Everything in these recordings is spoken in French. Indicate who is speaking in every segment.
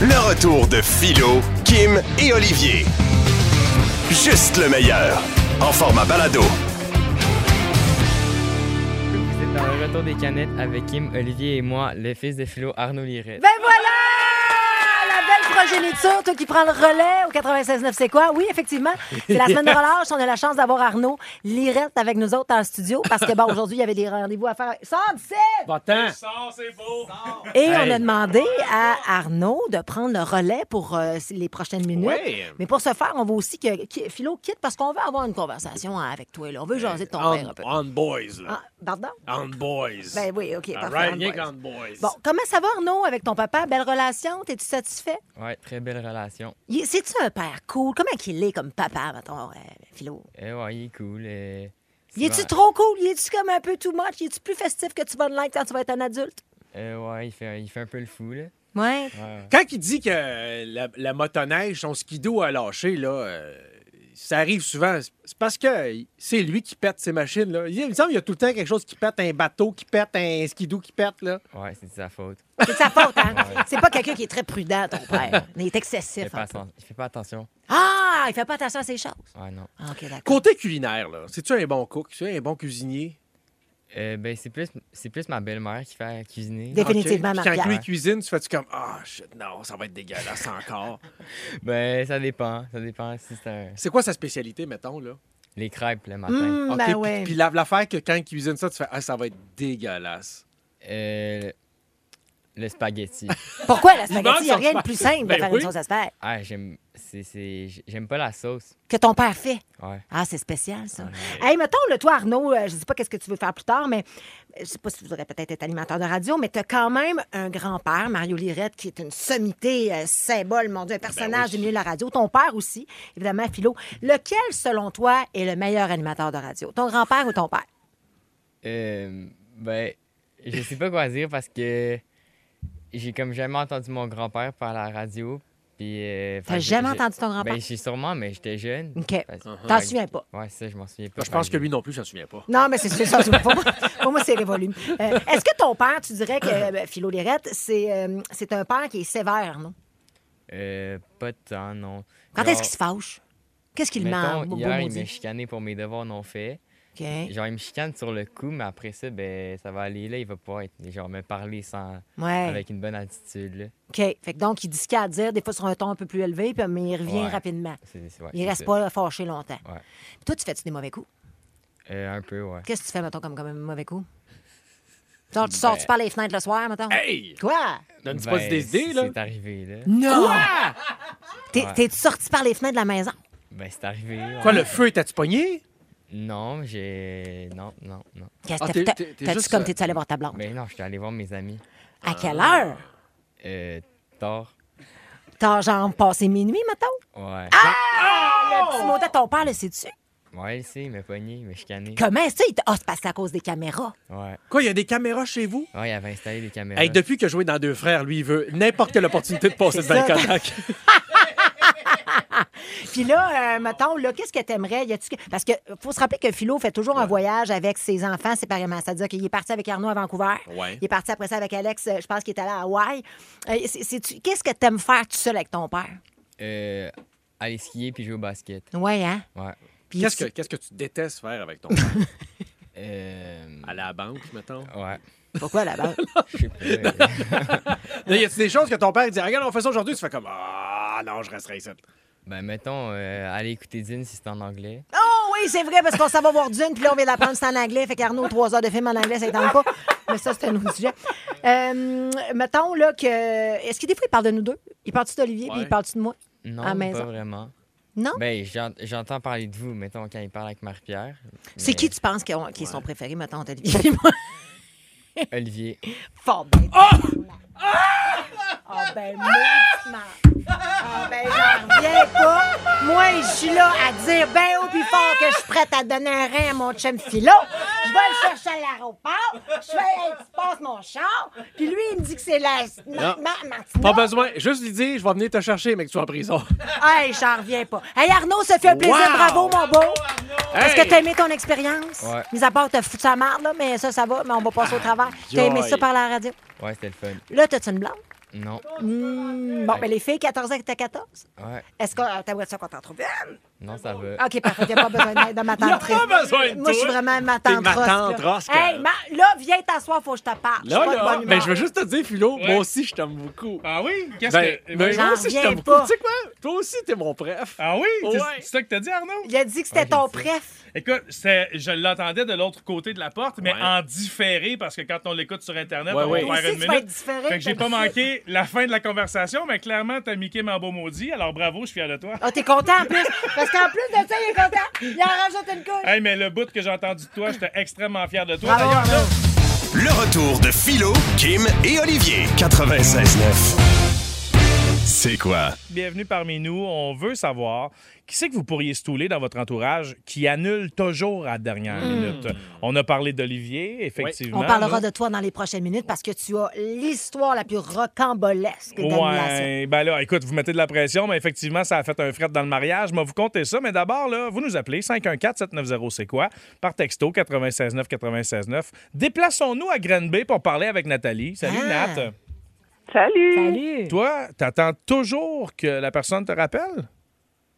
Speaker 1: Le retour de Philo, Kim et Olivier. Juste le meilleur. En format balado.
Speaker 2: Vous êtes dans le retour des canettes avec Kim, Olivier et moi, le fils de Philo Arnaud Lirette.
Speaker 3: Ben voilà! La belle progéniture, toi qui prends le relais au 96.9, c'est quoi? Oui, effectivement, c'est la semaine de relâche. On a la chance d'avoir Arnaud Lirette avec nous autres en studio parce que, bon, aujourd'hui, il y avait des rendez-vous à faire. Sors d'ici!
Speaker 4: Va-t'en.
Speaker 3: Et on a demandé à Arnaud de prendre le relais pour euh, les prochaines minutes.
Speaker 4: Ouais.
Speaker 3: Mais pour ce faire, on veut aussi que qui- Philo quitte parce qu'on veut avoir une conversation avec toi. Là. On veut jaser de ton père
Speaker 4: On,
Speaker 3: un peu.
Speaker 4: on boys, Euh, oh,
Speaker 3: Ah,
Speaker 4: là.
Speaker 3: pardon?
Speaker 4: On boys.
Speaker 3: Ben oui, OK,
Speaker 4: All
Speaker 3: parfait.
Speaker 4: right,
Speaker 3: on
Speaker 4: rien
Speaker 3: boys.
Speaker 4: qu'on boys.
Speaker 3: Bon, comment ça va, Arnaud, avec ton papa? Belle relation? T'es-tu satisfait?
Speaker 2: Ouais, très belle relation.
Speaker 3: Il- C'est-tu un père cool? Comment qu'il est comme papa, mettons, euh, Philo?
Speaker 2: Et Eh ouais, il est cool. euh,
Speaker 3: Il est-tu
Speaker 2: souvent-
Speaker 3: trop cool? Il est-tu comme un peu too much? Il est-tu plus festif que tu vas de l'être quand tu vas être un adulte?
Speaker 2: Euh, ouais, il fait, il fait un peu le fou, là.
Speaker 3: Ouais.
Speaker 2: Ouais.
Speaker 4: Quand il dit que euh, la, la motoneige, son skido a lâché, là, euh, ça arrive souvent. C'est- C'est parce que euh, c'est lui qui pète ses machines, là. Il, il me semble qu'il y a tout le temps quelque chose qui pète, un bateau qui pète, un skidoo qui pète, là.
Speaker 2: Ouais, c'est de sa faute.
Speaker 3: C'est de sa faute, hein?
Speaker 2: Ouais.
Speaker 3: C'est pas quelqu'un qui est très prudent, ton père. Il est
Speaker 2: Il fait,
Speaker 3: excessif.
Speaker 2: pas
Speaker 3: un peu.
Speaker 2: atten- il fait pas attention.
Speaker 3: Ah! Il fait pas attention à ces choses.
Speaker 2: Ouais, non.
Speaker 3: Ah, OK, d'accord.
Speaker 4: Côté culinaire, là, c'est-tu un bon cook? C'est-tu un bon cuisinier?
Speaker 2: Euh, ben, c'est plus, c'est plus ma belle-mère qui fait à cuisiner.
Speaker 3: Des- Définitivement,
Speaker 4: Ok. Puis Quand
Speaker 3: Marc-Pierre.
Speaker 4: lui cuisine, tu fais-tu comme Ah, shit, non, ça va être dégueulasse encore.
Speaker 2: Ben, ça dépend. Ça dépend si c'est un...
Speaker 4: c'est quoi sa spécialité, mettons, là?
Speaker 2: Les crêpes le matin.
Speaker 3: Hum,
Speaker 4: Ok,
Speaker 3: ben
Speaker 4: puis-
Speaker 3: ouais.
Speaker 4: Puis la- l'affaire que quand il cuisine ça, tu fais Ah, ça va être dégueulasse.
Speaker 2: Euh, le spaghetti.
Speaker 3: Pourquoi la
Speaker 4: mange
Speaker 3: spaghetti? Il n'y a
Speaker 4: son
Speaker 3: rien de
Speaker 4: spag-
Speaker 3: plus simple de
Speaker 4: Ben
Speaker 3: faire
Speaker 4: oui.
Speaker 3: une sauce à spag
Speaker 2: ah, j'aime... c'est- c'est- J'aime pas la sauce.
Speaker 3: que ton père fait.
Speaker 2: Ouais.
Speaker 3: Ah, c'est spécial, ça. Hey, mettons, le toi, Arnaud, euh, je sais pas qu'est-ce que tu veux faire plus tard, mais euh, je sais pas si tu voudrais peut-être être animateur de radio, mais tu as quand même un grand-père, Mario Lirette, qui est une sommité, euh, symbole, mon Dieu, un personnage du milieu de la radio. Ton père aussi, évidemment, Philo. Lequel, selon toi, est le meilleur animateur de radio? Ton grand-père ou ton père?
Speaker 2: Euh, ben, je sais pas quoi dire parce que j'ai comme jamais entendu mon grand-père par la radio. Puis. euh, fait
Speaker 3: T'as
Speaker 2: que
Speaker 3: jamais
Speaker 2: j'ai-
Speaker 3: entendu ton grand-père?
Speaker 2: Ben, j'ai sûrement, mais j'étais jeune.
Speaker 3: OK.
Speaker 2: Parce-
Speaker 3: T'en
Speaker 2: fait-
Speaker 3: souviens pas?
Speaker 2: Ouais, ça, je m'en souviens pas.
Speaker 4: Ben, Je pense
Speaker 2: Fait
Speaker 4: que lui non plus, j'en souviens pas.
Speaker 3: Non, mais c'est c'est ça. c'est- Pour moi, pour moi, c'est révolu. Euh, Est-ce que ton père, tu dirais que euh, Philo Lirette, c'est euh, c'est un père qui est sévère, non?
Speaker 2: Euh, pas tant, non.
Speaker 3: Quand
Speaker 2: Genre,
Speaker 3: est-ce qu'il se fâche? Qu'est-ce qu'il
Speaker 2: mettons,
Speaker 3: ment? beau- beau
Speaker 2: Hier, il
Speaker 3: maudit?
Speaker 2: m'a chicané pour mes devoirs non faits.
Speaker 3: OK.
Speaker 2: Genre, il me chicane sur le coup, mais après ça, ben, ça va aller là. Il va pouvoir être, genre, me parler sans.
Speaker 3: Ouais.
Speaker 2: Avec une bonne attitude, là.
Speaker 3: OK. Fait que donc, il dit ce qu'il a à dire, des fois sur un ton un peu plus élevé, puis, mais il revient
Speaker 2: Ouais.
Speaker 3: rapidement.
Speaker 2: C'est- c'est- ouais,
Speaker 3: Il
Speaker 2: c'est
Speaker 3: reste
Speaker 2: ça.
Speaker 3: pas fâché longtemps.
Speaker 2: Ouais.
Speaker 3: Puis toi, tu fais-tu des mauvais coups?
Speaker 2: Euh, un peu, ouais.
Speaker 3: Qu'est-ce que tu fais, mettons, comme, comme un mauvais coup? Genre, tu sors, tu par les fenêtres le soir, mettons?
Speaker 4: Hey!
Speaker 3: Quoi?
Speaker 4: Donne-tu
Speaker 2: Ben,
Speaker 4: pas des idées,
Speaker 2: c'est-
Speaker 4: là?
Speaker 2: C'est arrivé, là.
Speaker 3: Non! T'es-
Speaker 2: Ah! Ouais.
Speaker 3: T'es-tu sorti par les fenêtres de la maison?
Speaker 2: Ben, c'est arrivé. ouais.
Speaker 4: Quoi, le feu, t'as-tu pogné?
Speaker 2: Non, j'ai. Non, non, non.
Speaker 3: Qu'est-ce
Speaker 4: Ah,
Speaker 3: que
Speaker 4: t'es-
Speaker 3: t'as-
Speaker 4: t'es- t'es
Speaker 3: T'as-tu
Speaker 4: juste-
Speaker 3: comme t'es-tu allé voir ta blonde?
Speaker 2: Ben non, j'étais allé voir mes amis.
Speaker 3: À quelle heure?
Speaker 2: Euh, tard.
Speaker 3: T'as genre passé minuit, mettons?
Speaker 2: Ouais.
Speaker 4: Oh!
Speaker 3: Le petit mot de ton père, le sais-tu?
Speaker 2: Ouais, il sait, il m'a pogné, il m'a chicané.
Speaker 3: Comment est-ce que... Ah, c'est parce que c'est à cause des caméras.
Speaker 2: Ouais.
Speaker 4: Quoi, il y a des caméras chez vous?
Speaker 2: Ouais, il avait installé des caméras.
Speaker 4: Hey, depuis que joué dans Deux Frères, lui, il veut n'importe quelle opportunité de passer devant
Speaker 3: ça.
Speaker 4: le Kodak.
Speaker 3: Puis là, euh, mettons, là, qu'est-ce que t'aimerais? Y a-tu que- Parce que euh, faut se rappeler que Philo fait toujours un voyage avec ses enfants séparément. C'est-à-dire qu'il est parti avec Arnaud à Vancouver.
Speaker 4: Ouais.
Speaker 3: Il est parti après ça avec Alex, euh, je pense qu'il est allé à Hawaï. Euh, c'est- c'est-tu- Qu'est-ce que t'aimes faire tout seul avec ton père?
Speaker 2: Euh, aller skier puis jouer au basket.
Speaker 3: Ouais, hein?
Speaker 2: Ouais.
Speaker 3: Puis
Speaker 4: Qu'est-ce
Speaker 3: tu-
Speaker 4: que, qu'est-ce que tu détestes faire avec ton père?
Speaker 2: Euh.
Speaker 4: Aller à la banque, mettons.
Speaker 2: Ouais.
Speaker 3: Pourquoi là-bas?
Speaker 2: Je sais pas. euh,
Speaker 4: Là, y a-tu des choses que ton père dit, regarde, on fait ça aujourd'hui? Tu fais comme, ah, non, je resterai ici.
Speaker 2: ben, mettons, euh, aller écouter Dine si c'est en anglais.
Speaker 3: oh oui, c'est vrai, parce qu'on s'en va voir d'une, puis là, on vient d'apprendre que c'est en anglais. Fait qu'Arnaud, trois heures de film en anglais, ça ne pas. Mais ça, c'est un autre sujet. Euh, mettons, là, que. Est-ce que des fois, il parle de nous deux? Il parle-tu d'Olivier, puis
Speaker 4: Ouais.
Speaker 3: il parle-tu de moi?
Speaker 2: Non,
Speaker 3: À la maison.
Speaker 2: pas vraiment.
Speaker 3: Non?
Speaker 2: Ben, j'en- j'entends parler de vous, mettons, quand il parle avec Marie-Pierre.
Speaker 3: C'est
Speaker 2: Mais-
Speaker 3: qui tu penses qui, ont- qui sont préférés, mettons, Olivier et moi?
Speaker 2: Olivier.
Speaker 3: Fort bien. Oh! Ah! Ben, moi, ah, ben, j'en reviens pas. Moi, je suis là à dire ben haut puis fort que je suis prête à donner un rein à mon chum Philo. Je vais le chercher à l'aéroport. Je fais, hey, tu passes mon char. Puis lui, il me dit que c'est la. Ma,
Speaker 4: Non.
Speaker 3: ma,
Speaker 4: Pas
Speaker 3: Martina.
Speaker 4: besoin. Juste lui dire, je vais venir te chercher, mais que tu sois en prison.
Speaker 3: Hey, j'en reviens pas. Hey, Arnaud, ça fait un plaisir.
Speaker 4: Wow!
Speaker 3: Bravo, mon beau. Est-ce
Speaker 4: Hey!
Speaker 3: que t'as aimé ton expérience?
Speaker 2: Ouais.
Speaker 3: Mis à part, t'as foutu sa marde, là, mais ça, ça va, mais on va passer au
Speaker 4: Ah,
Speaker 3: travers. T'as aimé
Speaker 4: joy.
Speaker 3: ça par la radio?
Speaker 2: Ouais, c'était le fun.
Speaker 3: Là, t'as-tu une blonde?
Speaker 2: Non.
Speaker 3: Hmm, bon, mais les filles, 14 ans que t'as 14?
Speaker 2: Ouais.
Speaker 3: Est-ce que euh, t'aimerais ça qu'on t'en trouve une?
Speaker 2: Non, ça va.
Speaker 3: OK, parfait. T'as pas besoin d'aide de ma
Speaker 4: Euh. Y a
Speaker 3: tante Triste.
Speaker 4: pas besoin de
Speaker 3: Moi, je suis
Speaker 4: toi.
Speaker 3: vraiment ma
Speaker 4: T'es
Speaker 3: tante
Speaker 4: ma
Speaker 3: Ross,
Speaker 4: tante
Speaker 3: là.
Speaker 4: Ross,
Speaker 3: Hey,
Speaker 4: que-
Speaker 3: ma- là, viens t'asseoir, faut que je te parle.
Speaker 4: Là,
Speaker 3: je suis pas
Speaker 4: là,
Speaker 3: de bonne
Speaker 4: ben,
Speaker 3: humeur.
Speaker 4: je veux juste te dire, Philo, moi aussi, je t'aime beaucoup.
Speaker 5: Ah oui? Qu'est-ce
Speaker 4: Ben,
Speaker 5: que.
Speaker 4: ben,
Speaker 3: j'en
Speaker 4: moi aussi, je
Speaker 3: reviens
Speaker 4: t'aime
Speaker 3: pas.
Speaker 4: beaucoup. Tu sais quoi? Toi aussi, t'es mon préf.
Speaker 5: Ah oui? C'est-
Speaker 4: Ouais. Ah,
Speaker 5: C'est ça que t'as dit, Arnaud?
Speaker 3: Il a dit que c'était ton préf.
Speaker 5: Écoute, c'est- je l'entendais de l'autre côté de la porte, mais
Speaker 4: Ouais.
Speaker 5: en différé, parce que quand on l'écoute sur Internet,
Speaker 4: Ouais,
Speaker 5: on
Speaker 4: ouais.
Speaker 5: va
Speaker 3: Aussi,
Speaker 5: faire
Speaker 3: tu
Speaker 5: une
Speaker 3: vas être
Speaker 5: minute.
Speaker 3: différent
Speaker 5: Fait que j'ai
Speaker 3: de
Speaker 5: pas
Speaker 3: d'habitude.
Speaker 5: manqué la fin de la conversation, mais clairement, t'as miqué ma beau maudit, alors bravo, je suis fier de toi.
Speaker 3: Ah, t'es content en plus. Parce qu'en plus de ça, il est content. Il en rajoute une couche.
Speaker 5: Hey, mais le bout que j'ai entendu de toi, j'étais extrêmement fier de toi.
Speaker 3: Bravo,
Speaker 5: D'ailleurs, là,
Speaker 3: Arnaud.
Speaker 1: Le retour de Philo, Kim et Olivier. 96.9. C'est quoi?
Speaker 5: bienvenue parmi nous. On veut savoir qui c'est que vous pourriez stouler dans votre entourage qui annule toujours à la dernière minute. On a parlé d'Olivier, effectivement.
Speaker 3: On parlera
Speaker 5: là.
Speaker 3: de toi dans les prochaines minutes parce que tu as l'histoire la plus rocambolesque d'annulation.
Speaker 5: Ouais, ben là, écoute, vous mettez de la pression, mais effectivement, ça a fait un fret dans le mariage. Mais vous comptez ça. Mais d'abord, là, vous nous appelez 514-790, c'est quoi? Par texto, 969 969. Déplaçons-nous à Granby pour parler avec Nathalie. Salut,
Speaker 3: Ah.
Speaker 5: Nat.
Speaker 6: Salut!
Speaker 3: Salut.
Speaker 5: Toi, t'attends toujours que la personne te rappelle?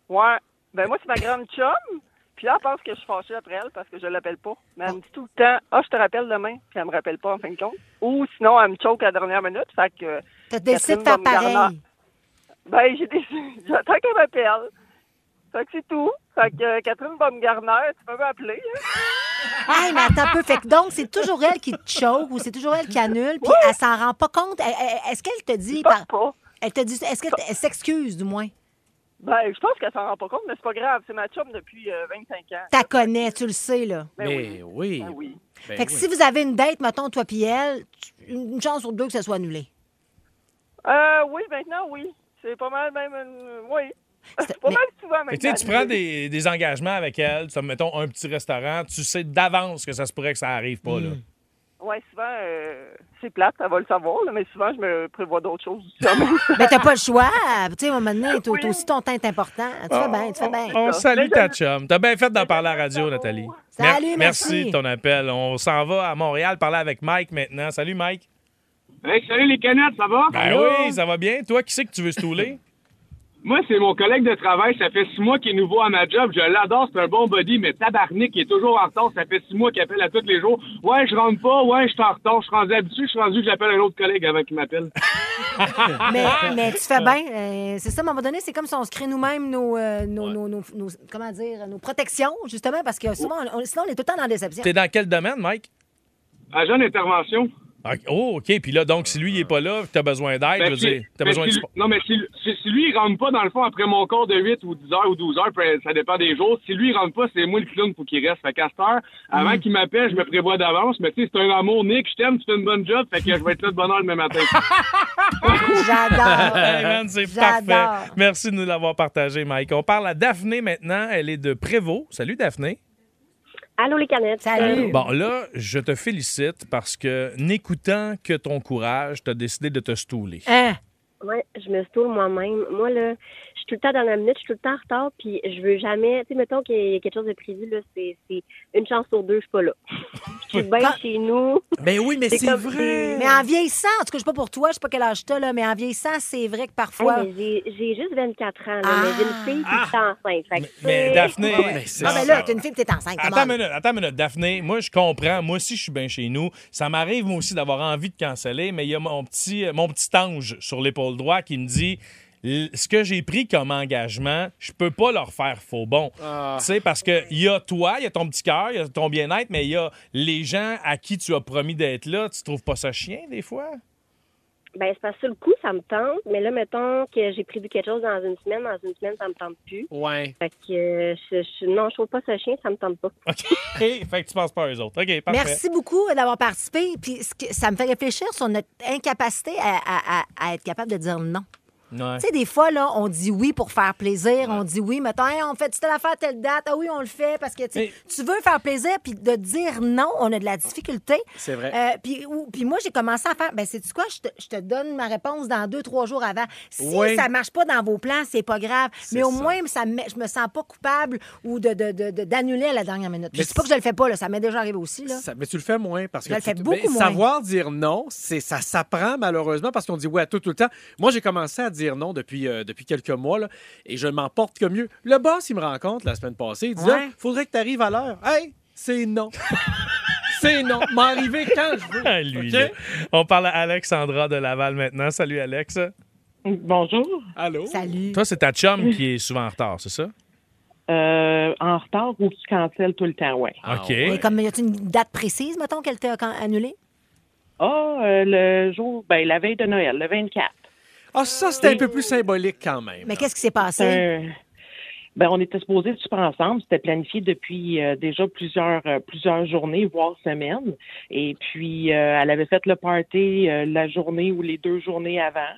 Speaker 6: Ouais. Ben moi, c'est ma grande chum. Puis là, elle pense que je suis fâchée après elle parce que je l'appelle pas. Mais elle me dit tout le temps, « Ah, je te rappelle demain. » Puis elle me rappelle pas en fin de compte. Ou sinon, elle me choke à la dernière minute. Fait que,
Speaker 3: T'as décidé de faire
Speaker 6: Catherine va me garder.
Speaker 3: pareil.
Speaker 6: ben, j'ai des... j'attends qu'elle m'appelle. Fait que c'est tout. Fait que euh, Catherine Baumgartner, tu peux m'appeler. hein.
Speaker 3: Hey, mais attends un peu. Fait que donc, c'est toujours elle qui te choque ou c'est toujours elle qui annule, puis elle s'en rend pas compte. Elle- elle- Est-ce qu'elle te dit.
Speaker 6: Je pense
Speaker 3: par-
Speaker 6: pas.
Speaker 3: Elle te dit. Est-ce qu'elle t- elle s'excuse, du moins?
Speaker 6: Ben, je pense qu'elle s'en rend pas compte, mais c'est pas grave. C'est ma chum depuis euh, 25 ans.
Speaker 3: T'as connais, tu le sais, là.
Speaker 6: Ben
Speaker 4: Mais
Speaker 6: oui.
Speaker 4: oui.
Speaker 6: Ben oui.
Speaker 4: ben
Speaker 3: fait que
Speaker 4: oui.
Speaker 3: si vous avez une date, mettons, toi puis elle, tu- une chance sur deux que ça soit annulé.
Speaker 6: Euh, oui, maintenant, oui. C'est pas mal même... une- Oui. C'est pas
Speaker 3: mais-
Speaker 6: mal souvent,
Speaker 5: Fait que, tu sais,
Speaker 6: maintenant.
Speaker 5: tu prends des, des engagements avec elle, tu mettons un petit restaurant, tu sais d'avance que ça se pourrait que ça arrive pas, là.
Speaker 6: Ouais, souvent, euh, c'est plate, elle va le savoir, là, mais souvent, je me prévois d'autres choses.
Speaker 3: Mais Ben, t'as pas le choix. Tu sais, à un moment donné, t'as t'as aussi ton teint important. Tu
Speaker 7: Ah,
Speaker 3: fais bien, tu fais bien.
Speaker 5: On
Speaker 6: ça.
Speaker 5: salue
Speaker 6: Mais
Speaker 5: ta
Speaker 6: j'aime-
Speaker 5: chum. T'as bien fait d'en parler à la radio, Nathalie. Mer-
Speaker 3: Salut, merci.
Speaker 5: Merci de ton appel. On s'en va à Montréal parler avec Mike maintenant. Salut, Mike.
Speaker 8: Hey, salut les canettes, ça va?
Speaker 5: Ben oui, ça va bien. Toi, qui c'est que tu veux stouler?
Speaker 8: Moi, c'est mon collègue de travail, ça fait six mois qu'il est nouveau à ma job, je l'adore, c'est un bon body, mais tabarnak, il est toujours en retard, ça fait six mois qu'il appelle à tous les jours. Ouais, je rentre pas, ouais, je suis en retard, je suis rendu habitué, je suis rendu que j'appelle un autre collègue avant qu'il m'appelle.
Speaker 3: Mais,
Speaker 5: Ah,
Speaker 3: mais tu
Speaker 7: Ah.
Speaker 3: fais bien. Euh, c'est ça, à un moment donné, c'est comme si on se crée nous-mêmes nos, euh, nos, nos- nos- nos- comment dire, nos protections, justement, parce que souvent, on- on- sinon, on est tout le temps dans la déception.
Speaker 5: T'es dans quel domaine, Mike?
Speaker 8: Agent d'intervention.
Speaker 5: Ah, Oh, OK. Puis là, donc, si lui, il est pas là, t'as besoin d'aide, je
Speaker 8: Ben,
Speaker 5: veux
Speaker 8: si-
Speaker 5: dire, t'as
Speaker 8: ben,
Speaker 5: besoin de
Speaker 8: si-
Speaker 5: support.
Speaker 8: Non, mais si, si- si lui, il rentre pas, dans le fond, après mon corps de 8 ou 10 heures ou 12 heures, puis ça dépend des jours, si lui, il rentre pas, c'est moi le clown pour qu'il reste. Fait qu'à cette heure,
Speaker 5: Mm.
Speaker 8: avant qu'il m'appelle, je me prévois d'avance, mais tu sais, c'est un amour, Nick, je t'aime, tu fais une bonne job, fait que je vais être là de bonne heure demain matin.
Speaker 5: Hey,
Speaker 3: J'adore.
Speaker 5: man, c'est
Speaker 3: J'adore.
Speaker 5: parfait. Merci de nous l'avoir partagé, Mike. On parle à Daphné maintenant. Elle est de Prévost. Salut, Daphné.
Speaker 7: Allô les canettes. Euh,
Speaker 3: Salut.
Speaker 5: Ben, Bon, là, je te félicite parce que, n'écoutant que ton courage, t'as décidé de te stouler.
Speaker 3: Hein?
Speaker 7: Ouais, je me stoule moi-même. Moi là, je suis tout le temps dans la minute, je suis tout le temps en retard, puis je veux jamais, tu sais, mettons qu'il y a quelque chose de prévu là, c'est c'est une chance sur deux, je suis pas là. je suis bien chez nous.
Speaker 4: Ben oui, mais
Speaker 7: C'est
Speaker 4: c'est
Speaker 7: comme
Speaker 4: vrai.
Speaker 3: Mais en vieillissant, en tout cas, je sais pas pour toi, je sais pas quel âge t'as, là, mais en vieillissant, c'est vrai que
Speaker 7: Ouais,
Speaker 3: parfois.
Speaker 7: mais j'ai- j'ai juste 24 ans là,
Speaker 3: Ah.
Speaker 7: mais j'ai une fille qui est enceinte. Fait que,
Speaker 5: Mais
Speaker 7: tu sais,
Speaker 5: Daphné,
Speaker 4: mais c'est
Speaker 3: Ah,
Speaker 5: non,
Speaker 3: ben là, t'es une fille, t'es enceinte.
Speaker 5: Attends une
Speaker 3: come on.
Speaker 5: minute, attends une minute, Daphné. Moi, je comprends. Moi aussi, je suis bien chez nous. Ça m'arrive, moi aussi, d'avoir envie de canceller, mais il y a mon petit, euh, mon petit ange sur l'épaule droite qui me dit. L- Ce que j'ai pris comme engagement, je peux pas leur faire faux bon.
Speaker 3: Ah.
Speaker 4: Ah.
Speaker 5: Tu sais, parce que il y a toi, il y a ton petit cœur, il y a ton bien-être, mais il y a les gens à qui tu as promis d'être là. Tu trouves pas ça chien, des fois?
Speaker 7: Ben, c'est parce que sur le coup, ça me tente, mais là, mettons que j'ai prévu quelque chose dans une semaine, dans une semaine, ça me tente plus.
Speaker 4: Ouais.
Speaker 7: Fait que, euh, je, je- non, je trouve pas ce chien, ça me tente pas.
Speaker 5: OK. fait que tu penses pas aux autres. OK, parfait.
Speaker 3: Merci beaucoup d'avoir participé. Puis ce que- ça me fait réfléchir sur notre incapacité à, à- à- à être capable de dire non.
Speaker 5: Ouais.
Speaker 3: Tu sais, des fois, là, on dit oui pour faire plaisir. On dit oui, mettons, Hey, on fait telle affaire, telle date. Ah oui, on le fait parce que tu sais, tu veux faire plaisir. Puis de dire non, on a de la difficulté.
Speaker 4: C'est vrai.
Speaker 3: Euh, puis, ou- puis moi, j'ai commencé à faire, ben c'est tu quoi, je te, je te donne ma réponse dans deux, trois jours avant. Si
Speaker 4: Oui.
Speaker 3: ça marche pas dans vos plans, c'est pas grave. Mais au moins, ça me, je me sens pas coupable ou de, de- de- de- d'annuler à la dernière minute.
Speaker 4: Mais
Speaker 3: je dis pas
Speaker 4: c'est-
Speaker 3: que je le fais pas, là, ça m'est déjà arrivé aussi. Là.
Speaker 4: Ça- mais tu le fais moins parce que
Speaker 3: Je le
Speaker 4: tu-
Speaker 3: fais beaucoup
Speaker 4: mais
Speaker 3: moins.
Speaker 4: savoir dire non, c'est ça s'apprend malheureusement parce qu'on dit oui à tout tout le temps. Moi, j'ai commencé à dire non depuis euh, depuis quelques mois là, et je m'en porte que mieux. Le boss, il me rencontre la semaine passée, il dit
Speaker 3: Ouais.
Speaker 4: Ah, faudrait que tu arrives à l'heure. Hey, c'est non. c'est non, m'arriver quand je veux.
Speaker 5: Ah, lui,
Speaker 4: OK?
Speaker 5: là. On parle à Alexandra de Laval maintenant. Salut, Alex.
Speaker 9: Bonjour.
Speaker 4: Allô.
Speaker 3: Salut.
Speaker 5: Toi, c'est ta chum qui est souvent en retard, c'est ça?
Speaker 9: Euh, en retard ou qui cancelle tout le temps, ouais.
Speaker 4: Ah,
Speaker 5: OK.
Speaker 4: ouais.
Speaker 3: Mais comme y a une date précise, mettons, qu'elle t'a quand- annulée?
Speaker 9: Ah, euh, le jour, ben, la veille de Noël, le 24.
Speaker 4: Ah, ça c'était un peu plus symbolique quand même.
Speaker 3: Mais qu'est-ce qui s'est passé?
Speaker 9: Euh, ben, on était supposés de souper ensemble. C'était planifié depuis euh, déjà plusieurs, euh, plusieurs journées, voire semaines. Et puis, euh, elle avait fait le party euh, la journée ou les deux journées avant.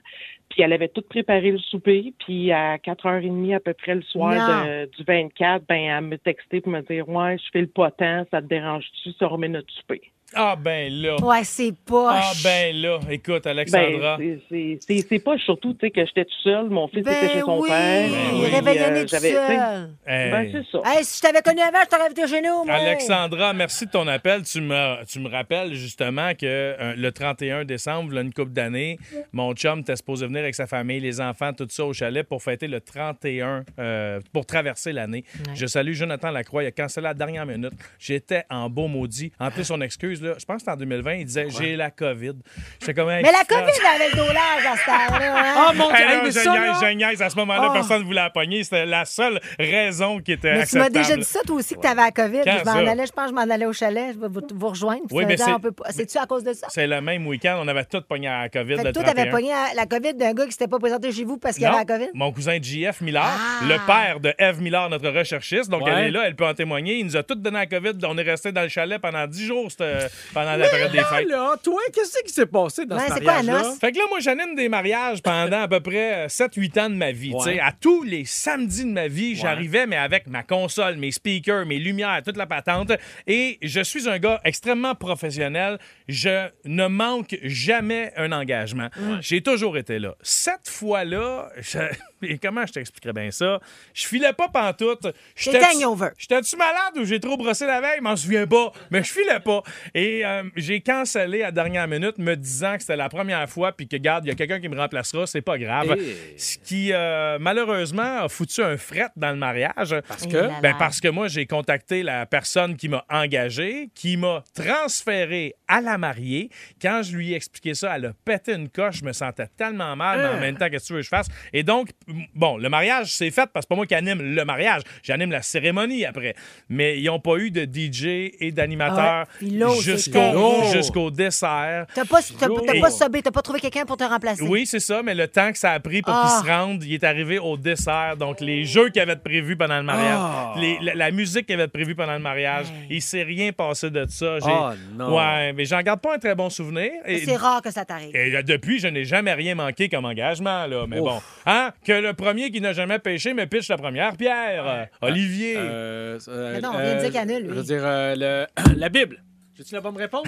Speaker 9: Puis, elle avait tout préparé le souper. Puis, à 4h30 à peu près le soir
Speaker 3: Non.
Speaker 9: de- du 24, ben, elle me textait pour me dire Ouais, je fais le potent, ça te dérange-tu, ça remet notre souper.
Speaker 5: Ah, ben là.
Speaker 3: Ouais, c'est pas.
Speaker 5: Ah, ben là. Écoute, Alexandra.
Speaker 9: Ben, c'est- c'est- c'est- c'est pas surtout tu sais, que j'étais tout seul. Mon fils était chez son
Speaker 3: oui,
Speaker 9: père.
Speaker 5: Ben oui.
Speaker 9: Puis, euh,
Speaker 3: réveillonner tout
Speaker 9: j'avais- tu sais,
Speaker 3: seul.
Speaker 5: Hey.
Speaker 9: Ben, c'est ça.
Speaker 3: Hey, si je t'avais connu avant, je t'aurais invité chez nous. moi.
Speaker 5: Alexandra, merci de ton appel. Tu me, tu me rappelles justement que euh, le 31 décembre, là, une couple d'années, mon chum était supposé venir avec sa famille, les enfants, tout ça au chalet pour fêter le 31, euh, pour traverser l'année. Je salue Jonathan Lacroix. Il a cancellé à la dernière minute. J'étais en beau maudit. En plus, son excuse, là, je pense que c'était en 2020, il disait J'ai la COVID. J'étais comme Hey,
Speaker 3: Mais la
Speaker 5: putain,
Speaker 3: COVID avait le dollar à cette heure-là.
Speaker 4: Ah
Speaker 3: hein?
Speaker 4: mon dieu,
Speaker 5: Hey,
Speaker 4: hey,
Speaker 5: là,
Speaker 4: mais
Speaker 5: je
Speaker 4: ça,
Speaker 5: niaise,
Speaker 4: là-
Speaker 5: je niaise. À ce moment-là,
Speaker 3: Ah.
Speaker 5: personne ne voulait la pogner. C'était la seule raison qui était
Speaker 3: Mais tu m'as
Speaker 5: acceptable.
Speaker 3: déjà dit ça, toi aussi, que t'avais la COVID.
Speaker 5: Quand
Speaker 3: je m'en
Speaker 5: ça?
Speaker 3: allais, je pense que je m'en allais au chalet. Je vais vous, vous rejoindre. Puis
Speaker 5: Oui,
Speaker 3: tu
Speaker 5: mais
Speaker 3: me dis,
Speaker 5: c'est-
Speaker 3: on peut pas- C'est-tu à cause de ça?
Speaker 5: C'est le même week-end. On avait tout pogné à la COVID.
Speaker 3: Fait que
Speaker 5: le
Speaker 3: toi, t'avais
Speaker 5: 31.
Speaker 3: pogné la- la COVID d'un gars qui s'était pas présenté chez vous parce qu'il
Speaker 5: Non,
Speaker 3: avait la COVID?
Speaker 5: Mon cousin JF Millard,
Speaker 3: Ah!
Speaker 5: le père de Eve Millard, notre recherchiste. Donc,
Speaker 4: Ouais.
Speaker 5: elle est là, elle peut en témoigner. Il nous a tous donné la COVID. On est resté dans le chalet pendant 10 jours c'était- pendant la période des
Speaker 4: Ah,
Speaker 5: fêtes.
Speaker 4: là, toi, qu'est-ce qui s'est passé dans
Speaker 3: Ouais,
Speaker 4: ce
Speaker 3: c'est quoi, la
Speaker 4: mariage-là?
Speaker 3: noce?
Speaker 5: Fait que là, moi, j'anime des mariages pendant à peu près 7-8 ans de ma vie.
Speaker 4: Ouais.
Speaker 5: tu sais. À tous les samedis de ma vie, j'arrivais, mais avec ma console, mes speakers, mes lumières, toute la patente. Et je suis un gars extrêmement professionnel. Je ne manque jamais un engagement. J'ai toujours été là. Cette fois-là, je- et comment je t'expliquerais bien ça? Je filais pas pantoute. J'étais-
Speaker 3: T'étais hangover.
Speaker 5: J'étais-tu malade ou j'ai trop brossé la veille? Je m'en souviens pas. Mais je filais pas. Et euh, j'ai cancellé à dernière minute me disant que c'était la première fois puis que, garde, il y a quelqu'un qui me remplacera, c'est pas grave.
Speaker 4: Eh.
Speaker 5: Ce qui, euh, malheureusement, a foutu un fret dans le mariage. Parce
Speaker 3: que? Eh là là.
Speaker 5: Ben, parce que moi, j'ai contacté la personne qui m'a engagé, qui m'a transféré à la mariée. Quand je lui ai expliqué ça, elle a pété une coche. Je me sentais tellement mal,
Speaker 3: Euh.
Speaker 5: mais en même temps, qu'est-ce que tu veux que je fasse? Et donc, m- bon, le mariage, c'est fait parce que c'est pas moi qui anime le mariage. J'anime la cérémonie après. Mais ils n'ont pas eu de DJ et d'animateur
Speaker 3: Ah ouais. Puis l'eau, c'était-
Speaker 5: jusqu'au
Speaker 4: Oh!
Speaker 5: jusqu'au dessert.
Speaker 3: T'as pas, t'as, t'as
Speaker 5: Et-
Speaker 3: pas sobé, t'as pas trouvé quelqu'un pour te remplacer.
Speaker 5: Oui, c'est ça, mais le temps que ça a pris pour
Speaker 3: Ah.
Speaker 5: qu'ils se rendent, il est arrivé au dessert. Donc, les jeux qu'il avait de prévus pendant le mariage,
Speaker 3: Ah.
Speaker 5: les- la, la musique qu'il avait de prévue pendant le mariage, il s'est rien passé de ça. J'ai-
Speaker 4: Oh, non.
Speaker 5: Ouais, mais j'en garde pas un très bon souvenir. Et,
Speaker 3: Ah, C'est rare que ça t'arrive.
Speaker 5: et là, depuis, je n'ai jamais rien manqué comme engagement, là. Mais bon, hein, que le premier qui n'a jamais pêché me pitche la première pierre. Euh, Olivier.
Speaker 4: Euh, euh,
Speaker 3: Mais non, on vient de
Speaker 4: euh,
Speaker 3: dire qu'il annule, lui.
Speaker 4: Je veux dire, euh, le- la Bible. J'ai-tu la bonne réponse?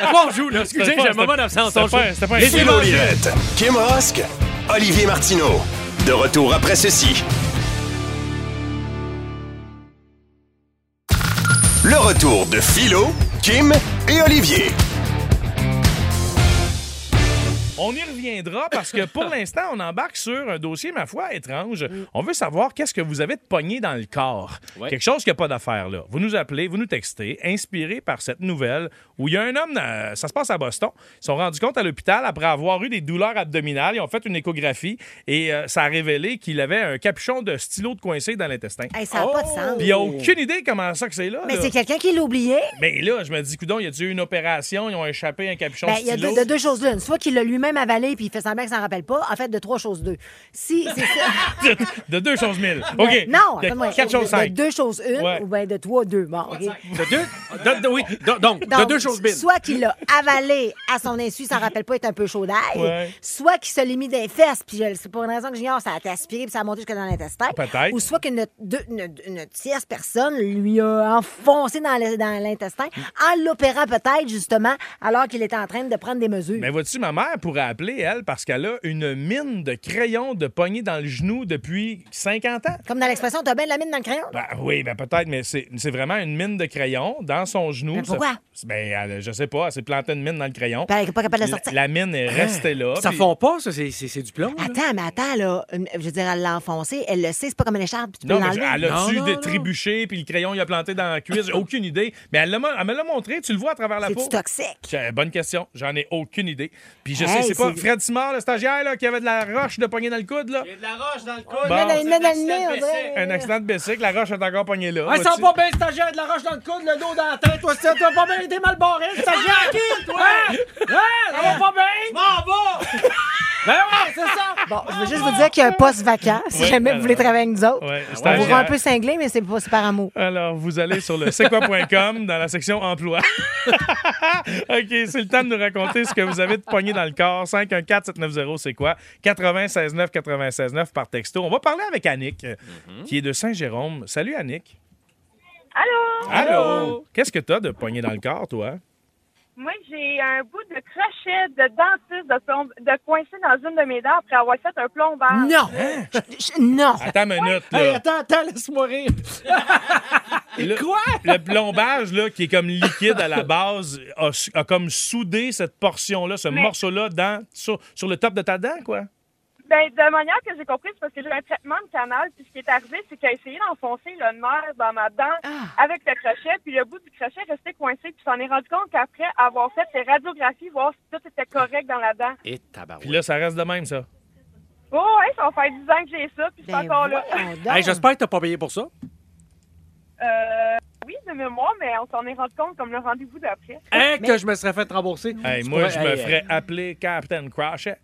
Speaker 4: à quoi on joue, là? Excusez,
Speaker 5: C'était pas-
Speaker 4: j'ai un moment
Speaker 5: c'était-
Speaker 4: d'absence.
Speaker 5: c'était
Speaker 4: on
Speaker 5: pas-
Speaker 4: joue.
Speaker 5: c'était pas un-
Speaker 4: Les
Speaker 1: Phil
Speaker 4: évangiles.
Speaker 1: O'Lirette, Kim Rosk, Olivier Martineau. De retour après ceci. Le retour de Philo, Kim et Olivier.
Speaker 5: On y reviendra parce que pour l'instant, on embarque sur un dossier, ma foi, étrange.
Speaker 3: Mm.
Speaker 5: On veut savoir qu'est-ce que vous avez de pogné dans le corps.
Speaker 4: Ouais.
Speaker 5: Quelque chose qui n'a pas d'affaire, là. Vous nous appelez, vous nous textez, inspiré par cette nouvelle où il y a un homme, euh, ça se passe à Boston, ils sont rendus compte à l'hôpital après avoir eu des douleurs abdominales. Ils ont fait une échographie et euh, ça a révélé qu'il avait un capuchon de stylo de coincé dans l'intestin. Oh!
Speaker 3: Hey, ça n'a pas de sens.
Speaker 5: Puis il a aucune idée comment ça que c'est là.
Speaker 3: Mais
Speaker 5: là.
Speaker 3: c'est quelqu'un qui l'a oublié.
Speaker 5: Mais là, je me dis, coudon, il y a dû eu une opération, ils ont échappé un capuchon
Speaker 3: Ben,
Speaker 5: de
Speaker 3: il y a
Speaker 5: stylo.
Speaker 3: deux, de deux choses l'une. Soit qu'il l'a lui-même lui-même avaler puis il fait semblant qu'il s'en rappelle pas, en fait, de trois choses deux. Si c'est ça.
Speaker 5: De, de deux choses mille.
Speaker 3: Ben,
Speaker 5: OK.
Speaker 3: Non,
Speaker 5: De
Speaker 3: attends-moi,
Speaker 5: Quatre
Speaker 3: de-
Speaker 5: choses
Speaker 3: de
Speaker 5: cinq.
Speaker 3: deux choses une
Speaker 5: Ouais.
Speaker 3: ou bien de trois deux. Bon, OK.
Speaker 4: De deux? de- de- Ah, oui, de- donc, de
Speaker 3: Donc,
Speaker 4: deux choses bines.
Speaker 3: Soit qu'il l'a avalé à son insu, il s'en rappelle pas, il est un peu chaud d'ail.
Speaker 4: Ouais.
Speaker 3: Soit qu'il se l'est mis dans les fesses, puis je- c'est pour une raison que j'ignore, ça a été aspiré puis ça a monté jusque dans l'intestin.
Speaker 5: Peut-être.
Speaker 3: Ou soit qu'une deux- une- une tierce personne lui a enfoncé dans le- dans l'intestin en l'opérant peut-être, justement, alors qu'il était en train de prendre des mesures.
Speaker 5: Mais vois-tu, ma mère pourrait appeler, elle, parce qu'elle a une mine de crayon de poignée dans le genou depuis 50 ans.
Speaker 3: Comme dans l'expression, t'as bien de la mine dans le crayon?
Speaker 5: Ben oui, ben peut-être, mais c'est c'est vraiment une mine de crayon dans son genou.
Speaker 3: Mais pourquoi?
Speaker 5: Ça- ben, elle- je sais pas, elle s'est plantée une mine dans le crayon.
Speaker 3: Puis elle est pas capable de la sortir. Ah.
Speaker 5: La, mine est restée là.
Speaker 4: Ça
Speaker 5: puis-
Speaker 4: fond pas, ça, c'est- c'est c'est du plomb. là.
Speaker 3: Attends, mais attends, là. Une- Je veux dire, elle l'a enfoncé, elle le sait, c'est pas comme une écharpe, puis tu peux
Speaker 5: Non, mais
Speaker 3: l'enlever.
Speaker 5: elle a-tu
Speaker 3: Non, non,
Speaker 5: des
Speaker 3: non.
Speaker 5: trébuchés, puis le crayon, il a planté dans la cuisse? J'ai aucune idée. Mais elle, l'a mon- elle me l'a montré, tu le vois à travers la peau.
Speaker 3: C'est-tu toxique?
Speaker 5: J'ai- Bonne question, j'en ai aucune idée. Puis je sais,
Speaker 3: Hey,
Speaker 5: c'est pas
Speaker 3: c'est-
Speaker 5: Fred Simard, le stagiaire, là, qui avait de la roche de poignée dans le coude, là.
Speaker 10: La roche dans le coude.
Speaker 5: Bon.
Speaker 3: Mais dans- mais dans le nez, on dirait.
Speaker 5: Un accident de bicycle, la roche est encore pognée là.
Speaker 4: Ouais,
Speaker 5: Vois-tu?
Speaker 4: sent pas bien, stagiaire, de la roche dans le coude, le dos dans la tête, toi, ça, t'as pas bien été mal barré, stagiaire!
Speaker 10: Tranquille, toi!
Speaker 4: Hein? Hein? Ça va pas bien?
Speaker 10: M'en va!
Speaker 4: Ben ouais, c'est ça!
Speaker 3: Bon, je veux juste vous dire qu'il y a un poste vacant, si
Speaker 5: Ouais,
Speaker 3: jamais
Speaker 5: alors.
Speaker 3: vous voulez travailler avec nous autres.
Speaker 5: Ouais,
Speaker 3: On vous rend un
Speaker 5: stagiaire.
Speaker 3: peu cinglé, mais c'est pas c'est par amour.
Speaker 5: Alors, vous allez sur le c'est quoi.com dans la section emploi. OK, c'est le temps de nous raconter ce que vous avez de pogné dans le corps. 514-790, c'est quoi? 96-9, 96-9 par texto. On va parler avec Annick, euh, qui est de Saint-Jérôme. Salut, Annick.
Speaker 11: Allô?
Speaker 5: Allô? Qu'est-ce que t'as de pogné dans le corps, toi?
Speaker 11: Moi, j'ai un bout de crochet de dentiste de, plomb- de coincé dans une de mes dents après avoir fait un plombage.
Speaker 3: Ah. Non! Je- je- non!
Speaker 5: Hein? Attends une minute, là.
Speaker 4: Hein? Hey, attends, attends, laisse-moi rire.
Speaker 5: Le, le plombage, là, qui est comme liquide à la base, a, su- a comme soudé cette portion-là, ce morceau-là, dans, sur, sur le top de ta dent, quoi?
Speaker 11: Ben, de manière que j'ai compris, c'est parce que j'ai un traitement de canal. Puis ce qui est arrivé, c'est qu'il a essayé d'enfoncer le nerf dans ma dent
Speaker 4: Ah.
Speaker 11: avec le crochet. Puis le bout du crochet restait coincé. Puis s'en est rendu compte qu'après avoir fait les radiographies, voir si tout était correct dans la dent.
Speaker 5: Et Puis là, ça reste de même, ça.
Speaker 11: Oh, ouais, ça va faire 10 ans que j'ai ça.
Speaker 4: Ben
Speaker 11: Puis je suis encore là.
Speaker 4: Hey, j'espère que t'as pas payé pour ça.
Speaker 11: Euh, oui, de mémoire, mais on s'en est rendu compte comme le rendez-vous d'après.
Speaker 4: Hein, que je me serais fait rembourser.
Speaker 5: Hey, moi, je me ferais appeler Captain Crochet.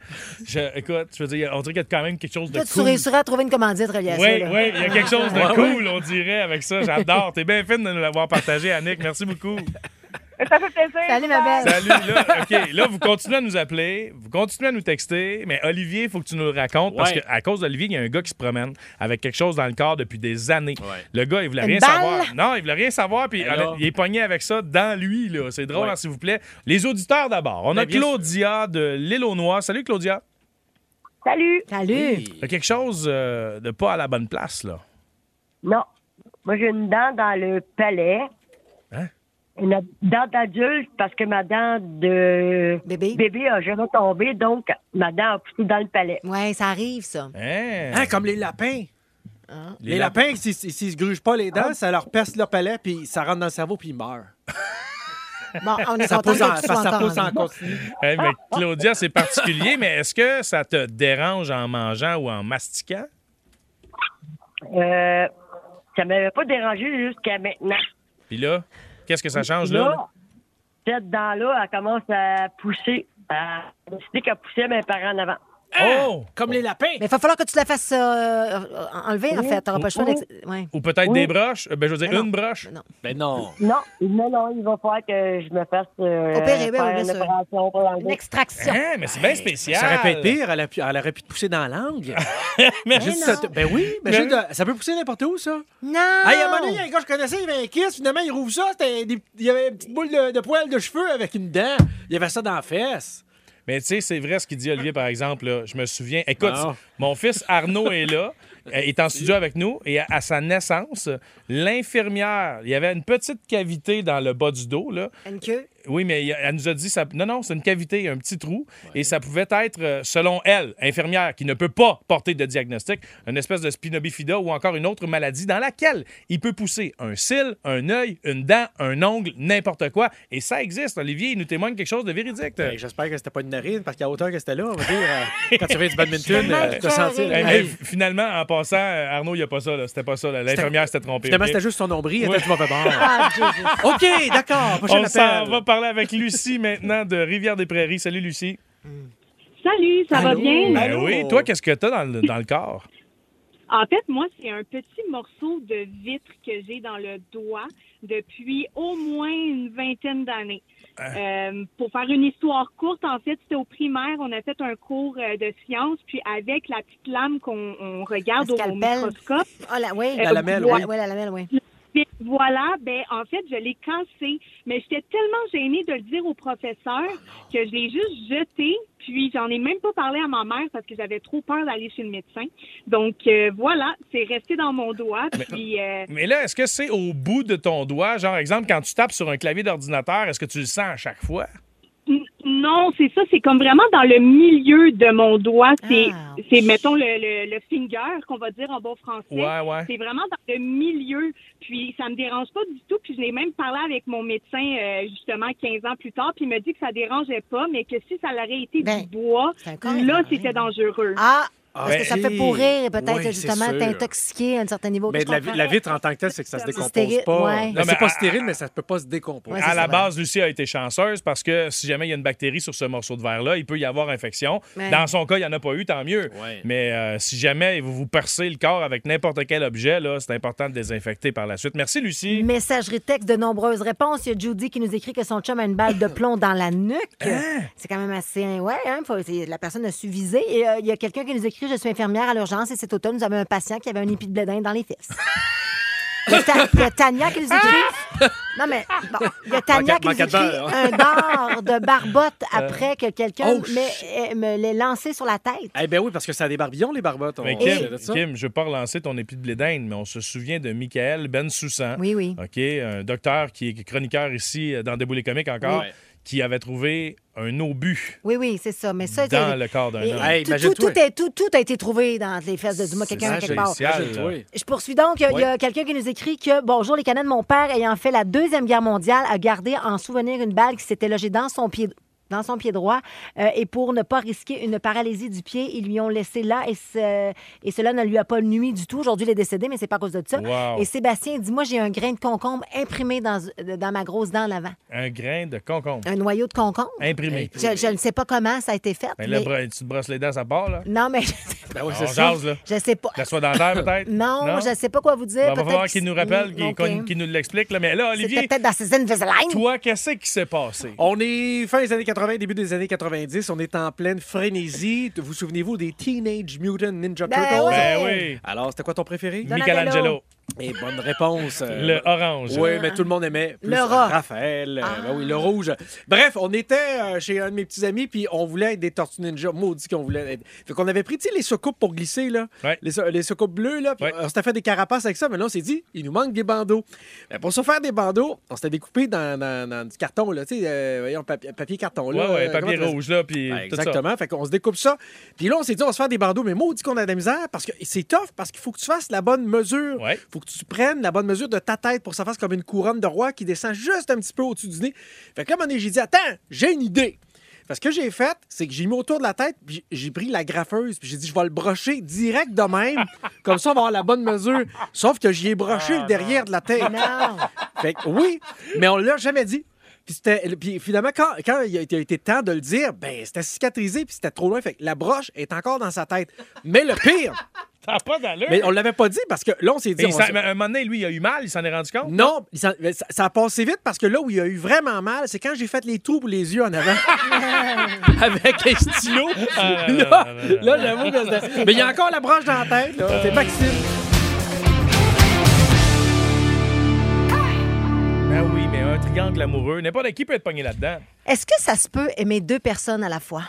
Speaker 5: Je, écoute, je veux dire, on dirait qu'il y a quand même quelque chose de
Speaker 3: Toi, tu
Speaker 5: cool.
Speaker 3: réussiras à trouver une commandite reliée à ça.
Speaker 5: Oui,
Speaker 3: là.
Speaker 5: oui, il y a quelque chose de
Speaker 4: Ouais,
Speaker 5: cool, on dirait, avec ça. J'adore. T'es bien fine de nous l'avoir partagé, Annick. Merci beaucoup.
Speaker 11: Ça fait plaisir.
Speaker 3: Salut, ma belle.
Speaker 5: Salut. Là, OK, là, vous continuez à nous appeler, vous continuez à nous texter, mais Olivier, il faut que tu nous le racontes parce
Speaker 4: Ouais.
Speaker 5: qu'à cause d'Olivier, il y a un gars qui se promène avec quelque chose dans le corps depuis des années. Le gars, il voulait
Speaker 3: Une
Speaker 5: rien
Speaker 3: balle?
Speaker 5: savoir. Non, il voulait rien savoir, puis
Speaker 4: Alors?
Speaker 5: il est pogné avec ça dans lui. là. C'est drôle,
Speaker 4: Ouais.
Speaker 5: hein, s'il vous plaît. Les auditeurs d'abord. On
Speaker 4: Mais
Speaker 5: a
Speaker 4: bien sûr.
Speaker 5: Claudia de l'île aux Noix. Salut, Claudia.
Speaker 10: Salut!
Speaker 3: Salut!
Speaker 5: Il y a quelque chose euh, de pas à la bonne place, là.
Speaker 12: Non. Moi, j'ai une dent dans le palais.
Speaker 5: Hein?
Speaker 12: Une dent d'adulte parce que ma dent de
Speaker 3: bébé,
Speaker 12: a jamais tombé, donc ma dent a poussé dans le palais.
Speaker 3: Ouais, ça arrive, ça.
Speaker 5: Hein?
Speaker 4: Hein, comme les lapins. Les,
Speaker 5: lap-
Speaker 4: lapins, s'ils s'ils se grugent pas les
Speaker 3: Ah
Speaker 4: dents, ça leur perce leur palais, puis ça rentre dans le cerveau, puis ils meurent.
Speaker 3: Bon, on est
Speaker 4: Ça
Speaker 3: content
Speaker 4: pousse en,
Speaker 3: que tu sois
Speaker 4: ça, ça
Speaker 3: encore
Speaker 4: pousse
Speaker 3: en
Speaker 4: en
Speaker 3: vie.
Speaker 4: continu.
Speaker 5: Hey, mais Claudia, c'est particulier, mais est-ce que ça te dérange en mangeant ou en mastiquant?
Speaker 12: Euh, ça m'avait pas dérangé jusqu'à maintenant.
Speaker 5: Puis là, qu'est-ce que ça change, là? là?
Speaker 12: cette dent-là, elle commence à pousser. Elle a décidé qu'elle poussait mes parents en avant.
Speaker 5: Oh!
Speaker 4: Comme les lapins.
Speaker 3: Mais il va falloir que tu la fasses euh, euh, enlever, en fait. T'auras pas le choix d'ex- ouais.
Speaker 5: Ou peut-être
Speaker 12: Oui.
Speaker 5: des broches? Euh, Ben, je veux dire,
Speaker 3: Mais non.
Speaker 5: une broche.
Speaker 3: Non.
Speaker 4: Ben non.
Speaker 12: Non, non, non, il va falloir que je me fasse euh,
Speaker 3: Opérer, ben oui,
Speaker 12: faire
Speaker 3: bien
Speaker 12: une
Speaker 3: sûr.
Speaker 12: opération pour
Speaker 3: Une
Speaker 12: l'enlever.
Speaker 3: extraction.
Speaker 5: Hein, mais c'est bien spécial.
Speaker 4: Ça aurait pu être pire, elle, a pu- elle aurait pu te pousser dans l'angle.
Speaker 5: Mais
Speaker 3: non.
Speaker 4: ben oui, mais
Speaker 5: Mais-
Speaker 4: juste de- ça peut pousser n'importe où, ça.
Speaker 3: Non!
Speaker 4: Hey, à un moment donné, il y a un gars que je connaissais, il avait un kiss, finalement, il rouvre ça, c'était des- il y avait une petite boule de, de poils de cheveux avec une dent. Il y avait ça dans la fesse.
Speaker 5: Mais tu sais, c'est vrai ce qu'il dit, Olivier, par exemple. là. Je me souviens. Écoute,
Speaker 4: Non.
Speaker 5: mon fils Arnaud est là, euh, est en studio avec nous, et à, à sa naissance, l'infirmière, il y avait une petite cavité dans le bas du dos, là.
Speaker 3: Une queue.
Speaker 5: Oui, mais il- elle nous a dit, ça... non, non, c'est une cavité, un petit trou, et ça pouvait être, euh, selon elle, infirmière, qui ne peut pas porter de diagnostic, une espèce de spinobifida ou encore une autre maladie dans laquelle il peut pousser un cil, un œil, une dent, un ongle, n'importe quoi. Et ça existe, Olivier, il nous témoigne quelque chose de véridique.
Speaker 4: Ben, J'espère que c'était pas une narine, parce qu'à hauteur que c'était là, on va dire, euh, quand tu reviens du badminton,
Speaker 3: tellement
Speaker 4: euh, tu as senti.
Speaker 3: écœurée.
Speaker 5: Hey,
Speaker 4: Hey,
Speaker 5: hey, finalement, en passant, euh, Arnaud, il n'y a pas ça. là. C'était pas ça. là. L'infirmière s'était trompée.
Speaker 4: Finalement,
Speaker 5: ok?
Speaker 4: c'était juste son nombril, elle était du mauvais bord.
Speaker 3: Ah, Jésus.
Speaker 4: OK, d'accord, prochain
Speaker 5: On s'en
Speaker 4: appel.
Speaker 5: va parler avec Lucie maintenant de Rivière-des-Prairies. Salut, Lucie.
Speaker 13: Salut, ça va bien?
Speaker 5: Ben oui, toi, qu'est-ce que t'as dans le, dans le corps?
Speaker 13: En fait, moi, c'est un petit morceau de vitre que j'ai dans le doigt depuis au moins une vingtaine d'années.
Speaker 5: Ah.
Speaker 13: Euh, pour faire une histoire courte, en fait, c'était au primaire, on a fait un cours euh, de sciences, puis avec la petite lame qu'on on regarde
Speaker 3: Le
Speaker 13: au
Speaker 3: scalpel.
Speaker 13: microscope.
Speaker 3: Ah, la, oui.
Speaker 13: La lamelle, oui.
Speaker 3: Ouais, ouais, la lamelle, oui.
Speaker 13: Puis voilà, ben en fait, je l'ai cassé, mais j'étais tellement gênée de le dire au
Speaker 3: Ah,
Speaker 13: professeur que je l'ai juste jeté, puis j'en ai même pas parlé à ma mère parce que j'avais trop peur d'aller chez le médecin. Donc euh, voilà, c'est resté dans mon doigt,
Speaker 5: Mais-
Speaker 13: puis euh,
Speaker 5: Mais là, est-ce que c'est au bout de ton doigt? Genre, exemple, quand tu tapes sur un clavier d'ordinateur, est-ce que tu le sens à chaque fois?
Speaker 13: n- non, c'est ça, c'est comme vraiment dans le milieu de mon doigt, c'est
Speaker 3: Ah.
Speaker 13: c'est mettons le, le, le finger qu'on va dire en bon français.
Speaker 5: Ouais, ouais.
Speaker 13: C'est vraiment dans le milieu, puis ça me dérange pas du tout, puis je l'ai même parlé avec mon médecin euh, justement 15 ans plus tard, puis il m'a dit que ça dérangeait pas, mais que si ça l'aurait été du bois, là c'était dangereux.
Speaker 3: Ah,
Speaker 4: Ah,
Speaker 3: Parce que ça peut
Speaker 4: oui.
Speaker 3: pourrir et peut-être
Speaker 4: Ouais,
Speaker 3: justement
Speaker 4: c'est sûr.
Speaker 3: t'intoxiquer à un certain niveau.
Speaker 4: Mais
Speaker 3: Je
Speaker 4: de la,
Speaker 3: comprends.
Speaker 4: la vitre en tant que telle, c'est que ça se
Speaker 3: Exactement.
Speaker 4: décompose
Speaker 3: Stérile,
Speaker 4: pas.
Speaker 3: ouais.
Speaker 4: Ben,
Speaker 5: Non, mais
Speaker 4: c'est pas
Speaker 5: à-
Speaker 4: stérile, mais ça peut pas se décomposer.
Speaker 5: à la base, Lucie a été chanceuse parce que si jamais il y a une bactérie sur ce morceau de verre-là, il peut y avoir infection.
Speaker 4: Ouais.
Speaker 5: Dans son cas, il n'y en a pas eu, tant mieux. Mais euh, si jamais vous vous percez le corps avec n'importe quel objet, là, c'est important de désinfecter par la suite. Merci, Lucie.
Speaker 3: Messagerie texte, de nombreuses réponses. Il y a Judy qui nous écrit que son chum a une balle de plomb dans la nuque.
Speaker 4: Hein?
Speaker 3: C'est quand même assez. Ouais, hein, faut- c'est- la personne a su viser. Et euh, il y a quelqu'un qui nous écrit Je suis infirmière à l'urgence et cet automne, nous avons un patient qui avait un épi de bledin dans les fesses. Il y a Ta- il y a Tania qui nous écrit. Non, mais bon, il y a Tania
Speaker 4: Manquette-
Speaker 3: qui nous
Speaker 4: manquette
Speaker 3: écrit
Speaker 4: d'heure,
Speaker 3: un
Speaker 4: hein.
Speaker 3: dard de barbotte
Speaker 4: Euh.
Speaker 3: après que quelqu'un
Speaker 4: Oh,
Speaker 3: m'ait- eh, me l'ait lancé sur la tête.
Speaker 4: Eh ben oui, parce que ça a des barbillons, les barbottes. on-
Speaker 5: Mais
Speaker 4: on
Speaker 5: Kim,
Speaker 4: sait de ça.
Speaker 5: Kim, je ne veux pas relancer ton épi de blé d'Inde, mais on se souvient de Michael Ben Soussan.
Speaker 3: Oui, oui.
Speaker 5: OK, un docteur qui est chroniqueur ici euh, dans Déboulé Comique encore,
Speaker 3: Oui.
Speaker 5: qui avait trouvé un obus
Speaker 3: Oui, oui, c'est ça. Mais ça,
Speaker 5: dans
Speaker 3: c'est-
Speaker 5: le corps d'un
Speaker 3: Et-
Speaker 5: homme.
Speaker 3: tout, tout, tout est- tout- tout a été trouvé dans les fesses de Dumas, quelqu'un à
Speaker 5: ça,
Speaker 3: quelque part.
Speaker 5: spécial, Imagine-toi.
Speaker 3: Je poursuis donc. Il y a- il y a
Speaker 5: Ouais.
Speaker 3: quelqu'un qui nous écrit que Bonjour, les canons de mon père, ayant fait la Deuxième Guerre mondiale, a gardé en souvenir une balle qui s'était logée dans son pied dans son pied droit, euh, et pour ne pas risquer une paralysie du pied, ils lui ont laissé là, et, ce- et cela ne lui a pas nuit du tout. Aujourd'hui, il est décédé, mais c'est pas à cause de ça.
Speaker 5: Wow.
Speaker 3: Et Sébastien dit, moi, j'ai un grain de concombre imprimé dans, dans ma grosse dent en avant.
Speaker 5: Un grain de concombre.
Speaker 3: Un noyau de concombre.
Speaker 5: Imprimé.
Speaker 4: Euh,
Speaker 3: Je, je ne sais pas comment ça a été fait.
Speaker 5: Mais là,
Speaker 3: mais-
Speaker 5: bro- tu te brosses les dents, ça part, là?
Speaker 3: Non, mais...
Speaker 5: Ben
Speaker 3: oui,
Speaker 5: on
Speaker 3: c'est ça.
Speaker 5: jase, là.
Speaker 3: Je sais pas.
Speaker 5: La soie dentaire, peut-être?
Speaker 3: Non, je ne sais pas quoi vous dire.
Speaker 5: Ben, va
Speaker 3: Peut-être
Speaker 5: falloir
Speaker 3: que
Speaker 5: qu'il nous
Speaker 3: c'est-
Speaker 5: rappelle, qu'il
Speaker 3: Ok.
Speaker 5: qu'on- qu'il nous l'explique. là. Mais là,
Speaker 3: C'était
Speaker 5: Olivier,
Speaker 3: peut-être dans ses Invisalign.
Speaker 5: toi, qu'est-ce qui s'est passé?
Speaker 4: On est fin des années 80, début des années 90. On est en pleine frénésie. Vous souvenez-vous des Teenage Mutant Ninja
Speaker 5: Ben
Speaker 4: Turtles?
Speaker 5: oui. Ben oui.
Speaker 4: Alors, c'était quoi ton préféré?
Speaker 5: Donatello. Michelangelo.
Speaker 4: Et bonne réponse. euh,
Speaker 5: Le orange.
Speaker 4: Oui, mais tout le monde aimait. Plus
Speaker 5: Le rat.
Speaker 4: Raphaël. euh,
Speaker 5: Ah.
Speaker 4: ben oui, le rouge. Bref, on était euh, chez un de mes petits amis, puis on voulait être des Tortues Ninja. Maudit qu'on voulait être. Fait qu'on avait pris, tu sais, les soucoupes pour glisser, là. Les, sou- les soucoupes bleues, là. Puis on s'était fait des carapaces avec ça, mais là, on s'est dit, il nous manque des bandeaux. Ben, pour se faire des bandeaux, on s'était découpé dans, dans- dans du carton, là. Tu sais, euh, voyons, papier, carton, là.
Speaker 5: Ouais, ouais,
Speaker 4: euh,
Speaker 5: papier
Speaker 4: comment tu-
Speaker 5: rouge, là, puis
Speaker 4: Ouais,
Speaker 5: tout ça.
Speaker 4: Exactement. Fait qu'on se découpe ça. Puis là, on s'est dit, on va se faire des bandeaux, mais maudit qu'on a de la misère parce que c'est tough, parce qu'il faut que tu fasses la bonne mesure. faut que tu prennes la bonne mesure de ta tête pour que ça fasse comme une couronne de roi qui descend juste un petit peu au-dessus du nez. Fait que là, à un moment donné, j'ai dit, attends, j'ai une idée. Parce que ce que j'ai fait, c'est que j'ai mis autour de la tête, puis j'ai pris la graffeuse, puis j'ai dit, je vais le brocher direct de même. comme ça, on va avoir la bonne mesure. Sauf que j'y ai broché le derrière de la tête.
Speaker 3: Non.
Speaker 4: Fait que oui, mais on l'a jamais dit. Puis, c'était- puis finalement, quand, quand il, a, il a été temps de le dire, ben c'était cicatrisé, puis c'était trop loin. Fait que la broche est encore dans sa tête. Mais le pire,
Speaker 5: Ça n'a pas d'allure.
Speaker 4: mais on l'avait pas dit parce que là, on s'est dit.
Speaker 5: Mais il
Speaker 4: on
Speaker 5: s'en-
Speaker 4: s'est-
Speaker 5: mais à un moment donné, lui, il a eu mal, il s'en est rendu compte?
Speaker 4: Non, il s'en- mais ça, ça a passé vite parce que là où il a eu vraiment mal, c'est quand j'ai fait les trous pour les yeux en avant avec un stylo.
Speaker 5: Ah, non,
Speaker 4: là,
Speaker 5: non, non, non,
Speaker 4: là, j'avoue que c'était- Mais il y a encore la broche dans la tête, là.
Speaker 5: Euh.
Speaker 4: C'est Maxime.
Speaker 5: Ben oui, mais un triangle amoureux, n'importe qui peut être pogné là-dedans.
Speaker 3: Est-ce que ça se peut aimer deux personnes à la fois?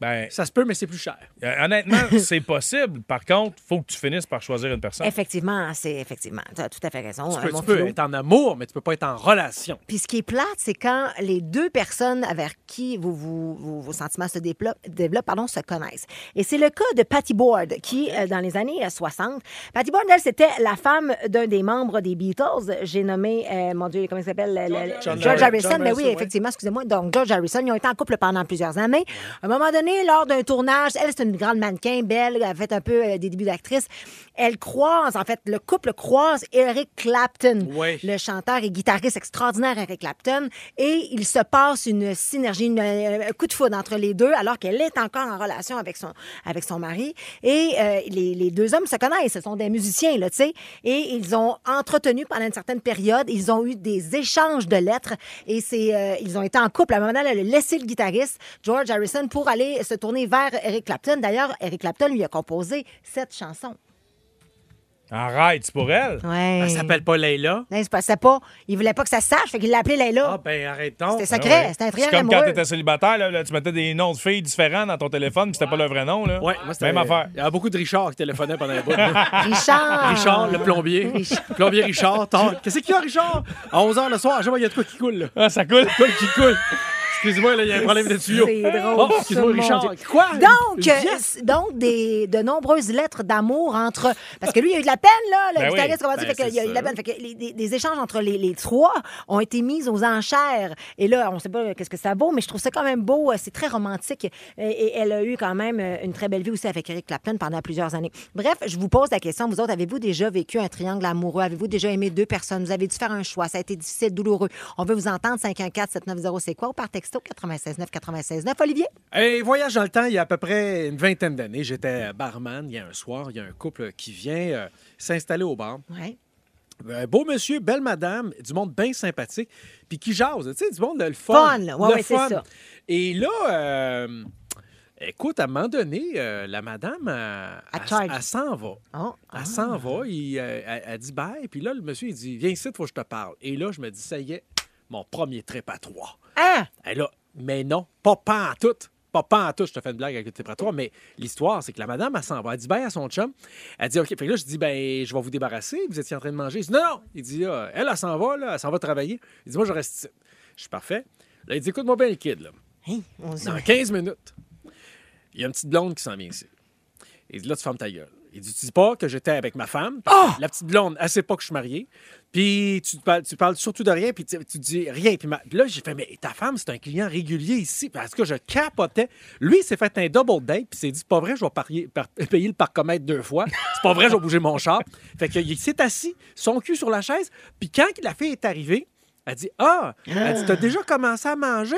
Speaker 5: Ben, euh,
Speaker 4: ça se peut, mais c'est plus cher.
Speaker 5: honnêtement, c'est possible. Par contre, faut que tu finisses par choisir une personne.
Speaker 3: Effectivement, c'est effectivement. Tu as tout à fait raison.
Speaker 4: Tu
Speaker 3: euh,
Speaker 4: peux,
Speaker 3: mon
Speaker 4: tu peux
Speaker 3: Philo.
Speaker 4: être en amour, mais tu peux pas être en relation.
Speaker 3: Puis ce qui est plate, c'est quand les deux personnes avec qui vous, vous- vous- vos sentiments se déplo- développent pardon, se connaissent. Et c'est le cas de Patty Board, qui, euh, dans les années euh, 60, Patty Board, elle, c'était la femme d'un des membres des Beatles. J'ai nommé, euh, mon Dieu, comment il s'appelle? le- le-
Speaker 4: George
Speaker 3: George Harrison.
Speaker 4: Harrison. George
Speaker 3: Ben oui,
Speaker 4: Harrison, ouais.
Speaker 3: effectivement, excusez-moi. Donc, George Harrison, ils ont été en couple pendant plusieurs années. À un moment donné, donné, lors d'un tournage, elle, c'est une grande mannequin, belle, elle a fait un peu euh, des débuts d'actrice. Elle croise, en fait, le couple croise Eric Clapton, le chanteur et guitariste extraordinaire Eric Clapton, et il se passe une synergie, une, euh, un coup de foudre entre les deux, alors qu'elle est encore en relation avec son, avec son mari. Et euh, les, les deux hommes se connaissent, ce sont des musiciens, là, tu sais, et ils ont entretenu pendant une certaine période, ils ont eu des échanges de lettres, et c'est, euh, ils ont été en couple. À un moment donné, elle a laissé le guitariste, George Harrison, pour aller se tourner vers Eric Clapton. D'ailleurs, Eric Clapton lui a composé cette chanson.
Speaker 5: Arrête, c'est pour elle.
Speaker 3: Ouais.
Speaker 4: Elle s'appelle pas Leila.
Speaker 3: Non, il se passait pas. Il voulait pas que ça se sache, fait qu'il l'a appelé Layla.
Speaker 4: Ah, ben arrête donc.
Speaker 3: C'était secret, c'était un
Speaker 5: C'est
Speaker 3: triangle
Speaker 5: comme quand
Speaker 3: amoureux.
Speaker 5: t'étais célibataire, là, là, tu mettais des noms de filles différents dans ton téléphone, puis c'était pas le vrai nom. Là.
Speaker 4: Ouais, moi, c'était-
Speaker 5: Même affaire.
Speaker 4: Il y a beaucoup de Richard qui téléphonait pendant la bout.
Speaker 3: Richard.
Speaker 4: Richard, le plombier.
Speaker 3: Richard.
Speaker 4: Plombier Richard. tard. Qu'est-ce qu'il y a, Richard? À 11h le soir, je vois, il y a de quoi qui coule. Là.
Speaker 5: Ah, ça coule?
Speaker 4: Quoi qui coule? Excuse-moi, là, il y a un problème de tuyau.
Speaker 3: C'est drôle.
Speaker 4: Oh,
Speaker 3: ça,
Speaker 4: excuse-moi,
Speaker 3: mon
Speaker 4: Richard.
Speaker 3: Dieu.
Speaker 4: Quoi?
Speaker 3: Donc,
Speaker 4: Yes!
Speaker 3: euh, c'est- donc des, de nombreuses lettres d'amour entre. Parce que lui, il a eu de la peine, là, le
Speaker 4: Ben oui.
Speaker 3: guitariste, comment dire,
Speaker 4: Ben,
Speaker 3: fait qu'il a eu de la
Speaker 4: c'est
Speaker 3: peine. Fait que les, des- des échanges entre les, les trois ont été mis aux enchères. Et là, on sait pas qu'est-ce que ça vaut, mais je trouve ça quand même beau. euh, C'est très romantique. Et, et elle a eu quand même euh, une très belle vie aussi avec Eric Clapton pendant plusieurs années. Bref, je vous pose la question, vous autres, avez-vous déjà vécu un triangle amoureux? Avez-vous déjà aimé deux personnes? Vous avez dû faire un choix. Ça a été difficile, douloureux. On veut vous entendre. 514-790, c'est quoi? Ou par texto 969 969 Olivier?
Speaker 4: Et voyage dans le temps, il y a à peu près une vingtaine d'années, j'étais barman. Il y a un soir, il y a un couple qui vient euh, s'installer au bar.
Speaker 3: Ouais.
Speaker 4: Un beau monsieur, belle madame, du monde bien sympathique, puis qui jase, tu sais, du monde le fun.
Speaker 3: Fun, là. Ouais,
Speaker 4: le
Speaker 3: ouais, c'est
Speaker 4: fun.
Speaker 3: ça.
Speaker 4: Et là, euh, écoute, à un moment donné, euh, la madame, euh, elle,
Speaker 3: charge.
Speaker 4: elle s'en va.
Speaker 3: ah.
Speaker 4: Elle s'en va, il, euh, elle, elle dit bye, puis là, le monsieur, il dit, viens ici, il faut que je te parle. Et là, je me dis, ça y est, mon premier trip à trois.
Speaker 3: Hein?
Speaker 4: Elle là, mais non, pas pas en tout. Pas pas en tout, je te fais une blague avec le préparatoire, mais l'histoire, c'est que la madame, elle s'en va. Elle dit ben à son chum. Elle dit OK. Fait que là, je dis ben, je vais vous débarrasser. Vous étiez en train de manger. Il dit non, non. Il dit Ah, elle, elle s'en va, là. Elle s'en va travailler. Il dit moi, je reste ici. Je suis parfait. Là, il dit écoute-moi bien, le kid, là. Dans 15 minutes, il y a une petite blonde qui s'en vient ici. Il dit là, tu fermes ta gueule. Il dit, tu dis pas que j'étais avec ma femme. parce que La petite blonde, elle sait pas que je suis marié. Puis tu, te parles, tu parles surtout de rien, puis tu, tu dis rien. Puis, ma- puis là, j'ai fait, mais ta femme, c'est un client régulier ici. Parce que je capotais. Lui, il s'est fait un double date, puis il s'est dit, c'est pas vrai, je vais parier- par- payer le parcomètre deux fois. C'est pas vrai, je vais bouger mon char. Fait qu'il s'est assis, son cul sur la chaise. Puis quand la fille est arrivée, elle dit, ah, elle dit, t'as déjà commencé à manger?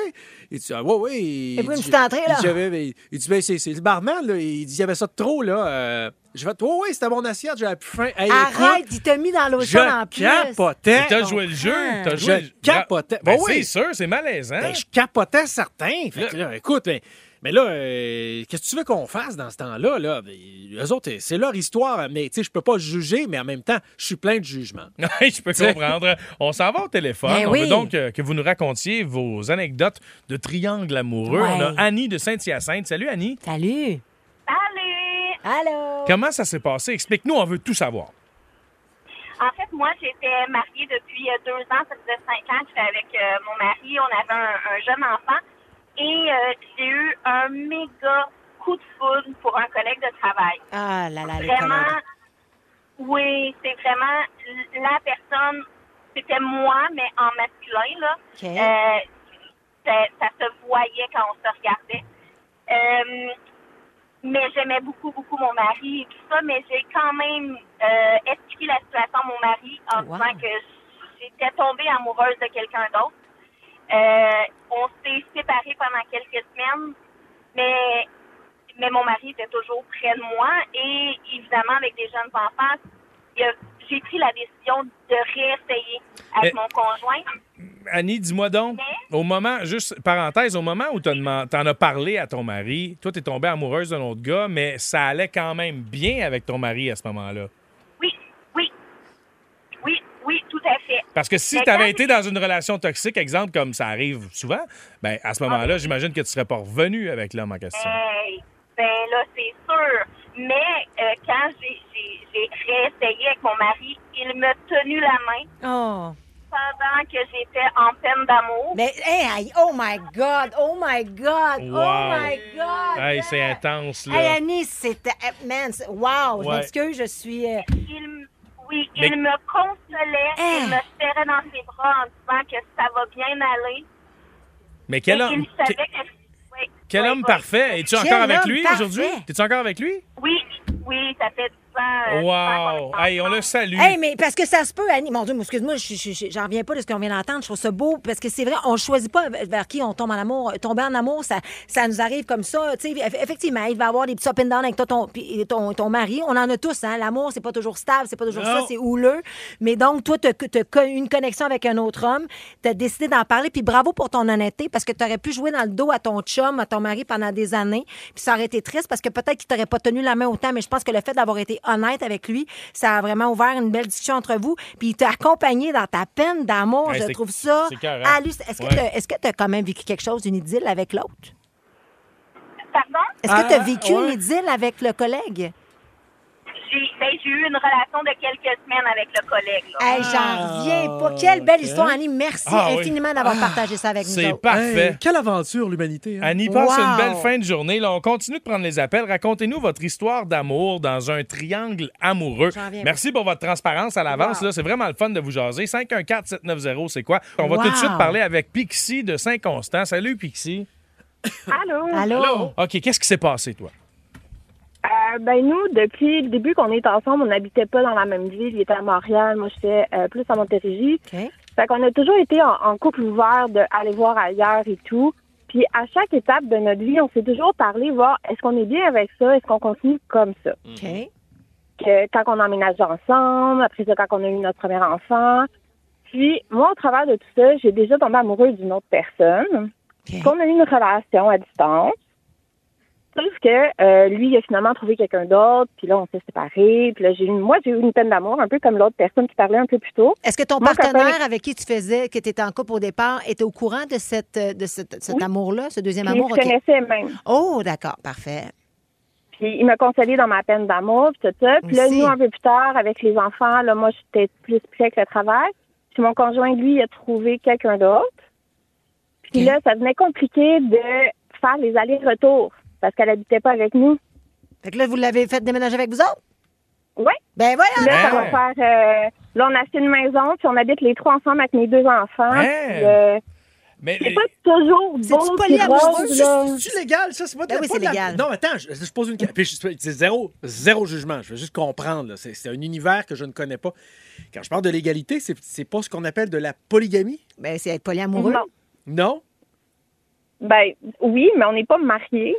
Speaker 4: Il dit, ah, ouais, ouais. Il
Speaker 3: Et pour une
Speaker 4: dit,
Speaker 3: petite entrée, là.
Speaker 4: il dit, j'avais- il- il dit, ben, c'est c'est le barman, là. Il dit, il y avait ça de trop, là. Euh, je vais, oh, oui, c'était mon assiette, j'avais plus faim. Hey,
Speaker 3: Arrête,
Speaker 4: écoute,
Speaker 3: il t'a mis dans
Speaker 4: je
Speaker 3: l'ocean en plus.
Speaker 4: capotais.
Speaker 5: Mais T'as joué le jeu. T'as joué
Speaker 4: Je
Speaker 5: le-
Speaker 4: capotais.
Speaker 5: Ben,
Speaker 4: Ben oui.
Speaker 5: C'est sûr, c'est malaisant.
Speaker 4: Ben, je capotais certain. Fait que là, écoute, mais, mais là, euh, qu'est-ce que tu veux qu'on fasse dans ce temps-là? Là? Ben, Eux autres, c'est leur histoire, mais tu sais, je peux pas juger, mais en même temps, je suis plein de jugements.
Speaker 5: Oui, je peux comprendre. On s'en va au téléphone.
Speaker 4: Ben
Speaker 5: On
Speaker 4: oui.
Speaker 5: veut donc euh, que vous nous racontiez vos anecdotes de triangle amoureux.
Speaker 4: Ouais.
Speaker 5: On a Annie de Saint-Hyacinthe. Salut, Annie.
Speaker 3: Salut.
Speaker 10: Allez!
Speaker 3: Allô!
Speaker 5: Comment ça s'est passé? Explique-nous, on veut tout savoir.
Speaker 10: En fait, moi, j'étais mariée depuis euh, deux ans. Ça faisait cinq ans que j'étais avec euh, mon mari. On avait un, un jeune enfant. Et euh, j'ai eu un méga coup de foudre pour un collègue de travail.
Speaker 3: Ah là là, les
Speaker 10: Vraiment,
Speaker 3: collègues.
Speaker 10: oui, c'est vraiment la personne. C'était moi, mais en masculin, là.
Speaker 3: OK.
Speaker 10: Euh, ça, ça se voyait quand on se regardait. Euh, mais j'aimais beaucoup, beaucoup mon mari et tout ça, mais j'ai quand même euh, expliqué la situation à mon mari en
Speaker 3: Wow.
Speaker 10: disant que j'étais tombée amoureuse de quelqu'un d'autre. Euh, on s'est séparés pendant quelques semaines, mais mais mon mari était toujours près de moi et évidemment avec des jeunes enfants, il a- j'ai pris la décision de réessayer avec
Speaker 5: Mais-
Speaker 10: mon conjoint.
Speaker 5: Annie, dis-moi donc, au moment, juste parenthèse, au moment où t'as deman- t'en as parlé à ton mari, toi, t'es tombée amoureuse d'un autre gars, mais ça allait quand même bien avec ton mari à ce moment-là.
Speaker 10: Oui, oui, oui, oui, tout à fait.
Speaker 5: Parce que si
Speaker 10: Mais
Speaker 5: t'avais
Speaker 10: quand-
Speaker 5: été dans une relation toxique, exemple, comme ça arrive souvent, ben à ce moment-là, j'imagine que tu serais pas revenu avec l'homme en question.
Speaker 10: Hey, ben là, c'est sûr. Mais euh, quand j'ai- j'ai j'ai réessayé avec mon mari, il m'a tenu la main
Speaker 3: Oh.
Speaker 10: pendant que j'étais en peine d'amour.
Speaker 3: Mais, hey, aïe, oh my God, oh my God, oh
Speaker 5: Wow.
Speaker 3: my God.
Speaker 5: Hey, c'est intense, là.
Speaker 3: Hey, Annie, c'était. eh, Man, c'est- wow, je
Speaker 5: Ouais.
Speaker 3: m'excuse, je suis. euh,
Speaker 10: Il, m- oui,
Speaker 5: Mais-
Speaker 10: il me consolait,
Speaker 3: Eh.
Speaker 10: il me serrait dans ses bras en disant que ça va bien aller.
Speaker 5: Mais quel
Speaker 10: Et
Speaker 5: homme,
Speaker 10: Il savait que... oui.
Speaker 5: Quel homme parfait. Es-tu
Speaker 10: Quel
Speaker 5: encore avec
Speaker 10: homme
Speaker 5: lui
Speaker 10: parfait.
Speaker 5: aujourd'hui? T'es-tu encore avec lui?
Speaker 10: Oui, oui, ça fait 10 ans. euh,
Speaker 5: Wow! Hey, on le salue.
Speaker 3: Hey, mais parce que ça se peut, Annie. Mon Dieu, mais excuse-moi, je- je- je- j'en reviens pas de ce qu'on vient d'entendre. Je trouve ça beau parce que c'est vrai, on choisit pas vers qui on tombe en amour. Tomber en amour, ça, ça nous arrive comme ça. Tu sais, eff- effectivement, il va avoir des petits up and down avec toi, ton, puis ton, ton mari. On en a tous. Hein. L'amour, c'est pas toujours stable, c'est pas toujours
Speaker 14: Non.
Speaker 3: ça, c'est houleux. Mais donc, toi, tu as une connexion avec un autre homme. Tu as décidé d'en parler. Puis bravo pour ton honnêteté parce que tu aurais pu jouer dans le dos à ton chum, à ton mari pendant des années. Puis ça aurait été triste parce que peut-être qu'il t'aurait pas tenu la main autant. Mais je pense que le fait d'avoir été honnête avec lui, ça a vraiment ouvert une belle discussion entre vous. Puis il t'a accompagné dans ta peine d'amour.
Speaker 5: Ouais,
Speaker 3: je
Speaker 5: c'est-
Speaker 3: trouve ça.
Speaker 5: c'est carré.
Speaker 3: halluc- Est-ce que
Speaker 5: Ouais.
Speaker 3: tu as quand même vécu quelque chose, une idylle avec l'autre? Est-ce que
Speaker 10: Ah,
Speaker 3: tu as vécu
Speaker 10: ouais.
Speaker 3: une idylle avec le collègue?
Speaker 10: J'ai ben, j'ai eu une relation de quelques semaines avec le collègue. là.
Speaker 3: Hey, j'en reviens pas. Quelle belle
Speaker 4: ok.
Speaker 3: histoire, Annie. Merci
Speaker 5: Ah oui.
Speaker 3: infiniment d'avoir partagé ça avec nous.
Speaker 5: C'est
Speaker 3: autres.
Speaker 5: parfait.
Speaker 4: Hey, quelle aventure, l'humanité. hein?
Speaker 5: Annie, passe
Speaker 3: Wow.
Speaker 5: une belle fin de journée. Là, on continue de prendre les appels. Racontez-nous votre histoire d'amour dans un triangle amoureux.
Speaker 4: J'en viens.
Speaker 5: Merci pour votre transparence à l'avance.
Speaker 4: Wow.
Speaker 5: là. C'est vraiment le fun de vous jaser. 514-790, c'est quoi? On va
Speaker 4: Wow.
Speaker 5: tout de suite parler avec Pixie de Saint-Constant. Salut, Pixie.
Speaker 14: Allô?
Speaker 5: OK, qu'est-ce qui s'est passé, toi?
Speaker 14: Euh, ben nous, depuis le début qu'on est ensemble, on n'habitait pas dans la même ville. Il était à Montréal, moi j'étais euh, plus à Montérégie. Fait qu'on a toujours été en, en couple ouvert de aller voir ailleurs et tout. Puis à chaque étape de notre vie, on s'est toujours parlé, voir est-ce qu'on est bien avec ça, est-ce qu'on continue comme ça.
Speaker 5: Mm-hmm.
Speaker 14: Que quand on a emménagé ensemble, après ça, quand on a eu notre premier enfant. Puis moi, au travers de tout ça, j'ai déjà tombé amoureuse d'une autre personne. Qu'on a eu une relation à distance. Sauf que euh, lui, il a finalement trouvé quelqu'un d'autre, puis là, on s'est séparés. Puis là, j'ai eu, moi, j'ai eu une peine d'amour, un peu comme l'autre personne qui parlait un peu plus tôt.
Speaker 3: Est-ce que ton
Speaker 14: Mon
Speaker 3: partenaire
Speaker 14: copain-
Speaker 3: avec qui tu faisais, qui était en couple au départ, était au courant de, cette, euh, de cette- cet
Speaker 14: Oui.
Speaker 3: amour-là, ce deuxième
Speaker 14: Puis,
Speaker 3: amour?
Speaker 14: je
Speaker 3: OK.
Speaker 14: connaissais même.
Speaker 3: Oh, d'accord, parfait.
Speaker 14: Puis il m'a consolé dans ma peine d'amour, puis tout ça. Puis là,
Speaker 3: Aussi.
Speaker 14: nous, un peu plus tard, avec les enfants, là, moi, j'étais plus près que le travail. Puis mon conjoint, lui, il a trouvé quelqu'un d'autre. Puis là, ça devenait compliqué de faire les allers-retours parce qu'elle habitait pas avec nous.
Speaker 3: Fait que là, vous l'avez fait déménager avec vous autres?
Speaker 14: Oui.
Speaker 3: Ben voyons!
Speaker 14: Là, ça
Speaker 3: donc.
Speaker 14: va faire... euh, là, on a acheté une maison, puis on habite les trois ensemble avec mes deux enfants.
Speaker 5: Hein?
Speaker 14: Puis, euh,
Speaker 5: Mais,
Speaker 14: c'est pas toujours beau, puis rose, là.
Speaker 4: C'est légal, ça? C'est
Speaker 1: Ah
Speaker 4: pas de la-
Speaker 14: Ben oui,
Speaker 4: pas
Speaker 14: c'est
Speaker 4: de la-
Speaker 14: légal.
Speaker 4: Non, attends, je, je pose une question. Puis je- C'est zéro, zéro jugement. Je veux juste comprendre. là. C'est c'est un univers que je ne connais pas. Quand je parle de l'égalité, c'est c'est pas ce qu'on appelle de la polygamie?
Speaker 3: Ben, c'est être polyamoureux.
Speaker 14: Non.
Speaker 4: Non?
Speaker 14: Ben oui, mais on n'est pas mariés.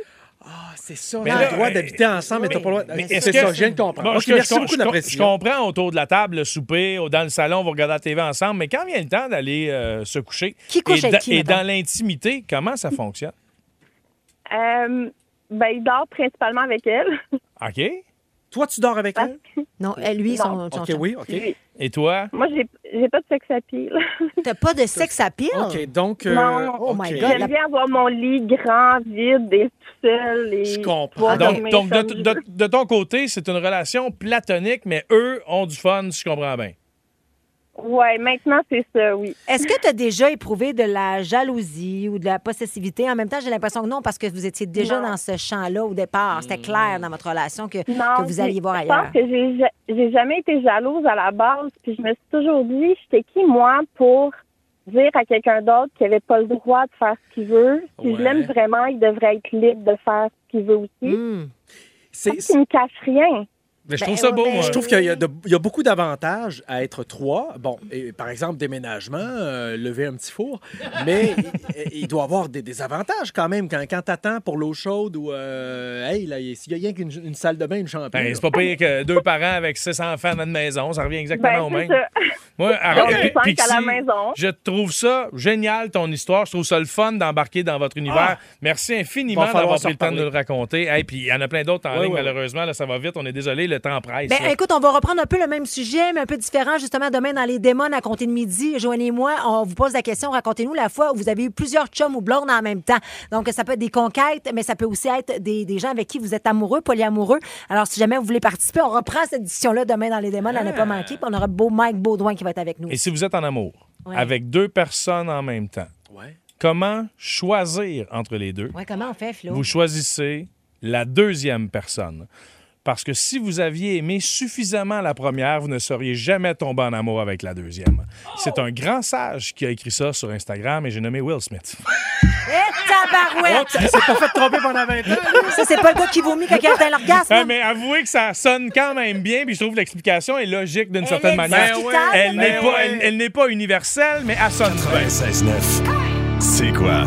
Speaker 4: Ah, c'est ça.
Speaker 5: Mais
Speaker 4: on a
Speaker 5: là,
Speaker 4: le droit
Speaker 5: euh,
Speaker 4: d'habiter ensemble, mais t'as pas le droit.
Speaker 5: Mais
Speaker 4: C'est
Speaker 5: est-ce que-
Speaker 4: ça, je viens de comprendre.
Speaker 5: Bon,
Speaker 4: Ok,
Speaker 5: je-
Speaker 4: merci
Speaker 5: je,
Speaker 4: beaucoup
Speaker 5: je-
Speaker 4: d'apprécier.
Speaker 5: je comprends autour de la table, le souper, ou dans le salon, vous regardez la TV ensemble, mais quand vient le temps d'aller euh, se coucher
Speaker 14: Qui couche
Speaker 5: et,
Speaker 14: avec
Speaker 5: da-
Speaker 14: qui,
Speaker 5: et
Speaker 14: mettons?
Speaker 5: dans l'intimité, comment ça fonctionne?
Speaker 14: Euh, ben, il dort principalement avec elle.
Speaker 5: OK?
Speaker 4: Toi, tu dors avec elle?
Speaker 3: Non, elle, lui, son,
Speaker 14: Non.
Speaker 3: son
Speaker 4: OK,
Speaker 3: chum.
Speaker 4: oui, OK.
Speaker 14: Oui.
Speaker 5: Et toi?
Speaker 14: Moi, j'ai j'ai pas de sexe à pile.
Speaker 3: T'as pas de sexe à pile?
Speaker 4: OK, donc. euh,
Speaker 14: non.
Speaker 3: Oh my
Speaker 4: OK.
Speaker 3: God,
Speaker 14: J'aime bien avoir mon lit grand, vide et tout seul. Et
Speaker 4: Je comprends.
Speaker 14: pouvoir
Speaker 5: Donc,
Speaker 14: dormir
Speaker 5: donc,
Speaker 14: comme
Speaker 5: de,
Speaker 14: je
Speaker 5: de- de ton côté, c'est une relation platonique, mais eux ont du fun, si je comprends bien.
Speaker 14: veux. Ouais, maintenant, c'est ça, oui.
Speaker 3: Est-ce que tu as déjà éprouvé de la jalousie ou de la possessivité? En même temps, j'ai l'impression que non, parce que vous étiez déjà
Speaker 14: Non.
Speaker 3: dans ce champ-là au départ. C'était clair dans votre relation que,
Speaker 14: Non,
Speaker 3: que vous alliez
Speaker 14: mais
Speaker 3: voir
Speaker 14: Je pense
Speaker 3: ailleurs.
Speaker 14: que j'ai ja- j'ai jamais été jalouse à la base. Puis je me suis toujours dit, j'étais qui, moi, pour dire à quelqu'un d'autre qu'il n'avait pas le droit de faire ce qu'il veut. Si
Speaker 4: Ouais.
Speaker 14: je l'aime vraiment, il devrait être libre de faire ce qu'il veut aussi.
Speaker 4: Hmm. C'est-
Speaker 14: Parce qu'il ne me cache rien.
Speaker 4: Mais je
Speaker 14: Ben,
Speaker 4: trouve ça beau,
Speaker 14: ben-
Speaker 4: moi. Je trouve qu'il y, a de- il y a beaucoup d'avantages à être trois. Bon, et, par exemple, déménagement, euh, lever un petit four. Mais il, il doit y avoir des, des avantages quand même quand, quand t'attends pour l'eau chaude ou. euh, hey, là, il- s'il y a rien qu'une une salle de bain, une chambre.
Speaker 5: Ben, c'est pas pire que deux parents avec six enfants dans une maison, ça revient exactement
Speaker 14: Ben,
Speaker 5: au
Speaker 14: c'est
Speaker 5: même.
Speaker 14: ça.
Speaker 5: Moi,
Speaker 14: On est
Speaker 5: arrête,
Speaker 14: cinq à
Speaker 5: Pixie,
Speaker 14: Ah, la maison.
Speaker 5: je trouve ça génial, ton histoire. Je trouve ça le fun d'embarquer dans votre univers.
Speaker 4: Ah!
Speaker 5: Merci
Speaker 4: Va
Speaker 5: infiniment
Speaker 4: falloir
Speaker 5: d'avoir
Speaker 4: se
Speaker 5: pris le temps de nous le
Speaker 4: reparler.
Speaker 5: raconter. Et puis, il y en a plein d'autres en
Speaker 4: Ouais,
Speaker 5: ligne,
Speaker 4: ouais.
Speaker 5: malheureusement. Là, ça va vite. On est désolé, le temps presse.
Speaker 3: Ben,
Speaker 5: là.
Speaker 3: écoute, on va reprendre un peu le même sujet, mais un peu différent, justement, demain dans les démons à compter de midi. Joanie et moi, on vous pose la question, racontez-nous la fois où vous avez eu plusieurs chums ou blondes en même temps. Donc, ça peut être des conquêtes, mais ça peut aussi être des, des gens avec qui vous êtes amoureux, polyamoureux. Alors, si jamais vous voulez participer, on reprend cette édition-là demain dans les démons, à ne pas manquer. Puis on aura beau Mike Baudouin qui va être avec nous.
Speaker 5: Ah. Et si vous êtes en amour
Speaker 3: Ouais.
Speaker 5: avec deux personnes en même temps, comment choisir entre les deux?
Speaker 3: Ouais, comment on fait, Flo?
Speaker 5: Vous choisissez la deuxième personne. Parce que si vous aviez aimé suffisamment la première, vous ne seriez jamais tombé en amour avec la
Speaker 3: Oh!
Speaker 5: deuxième. C'est un grand sage qui a écrit ça sur Instagram et j'ai nommé Will Smith.
Speaker 3: Et ta Tabarouette!
Speaker 4: Oh, il s'est pas fait tromper pendant 20 ans.
Speaker 3: Ça, c'est pas le gars qui vomit quand il atteint l'orgasme.
Speaker 5: Ouais, Euh, mais avouez que ça sonne quand même bien, puis je trouve que l'explication est logique d'une certaine
Speaker 3: est
Speaker 5: manière. Ben
Speaker 3: discutable,
Speaker 4: ben
Speaker 5: Elle
Speaker 3: mais
Speaker 5: n'est
Speaker 3: oui.
Speaker 5: pas, elle, elle n'est pas universelle, mais elle sonne bien.
Speaker 1: 96.9. C'est quoi?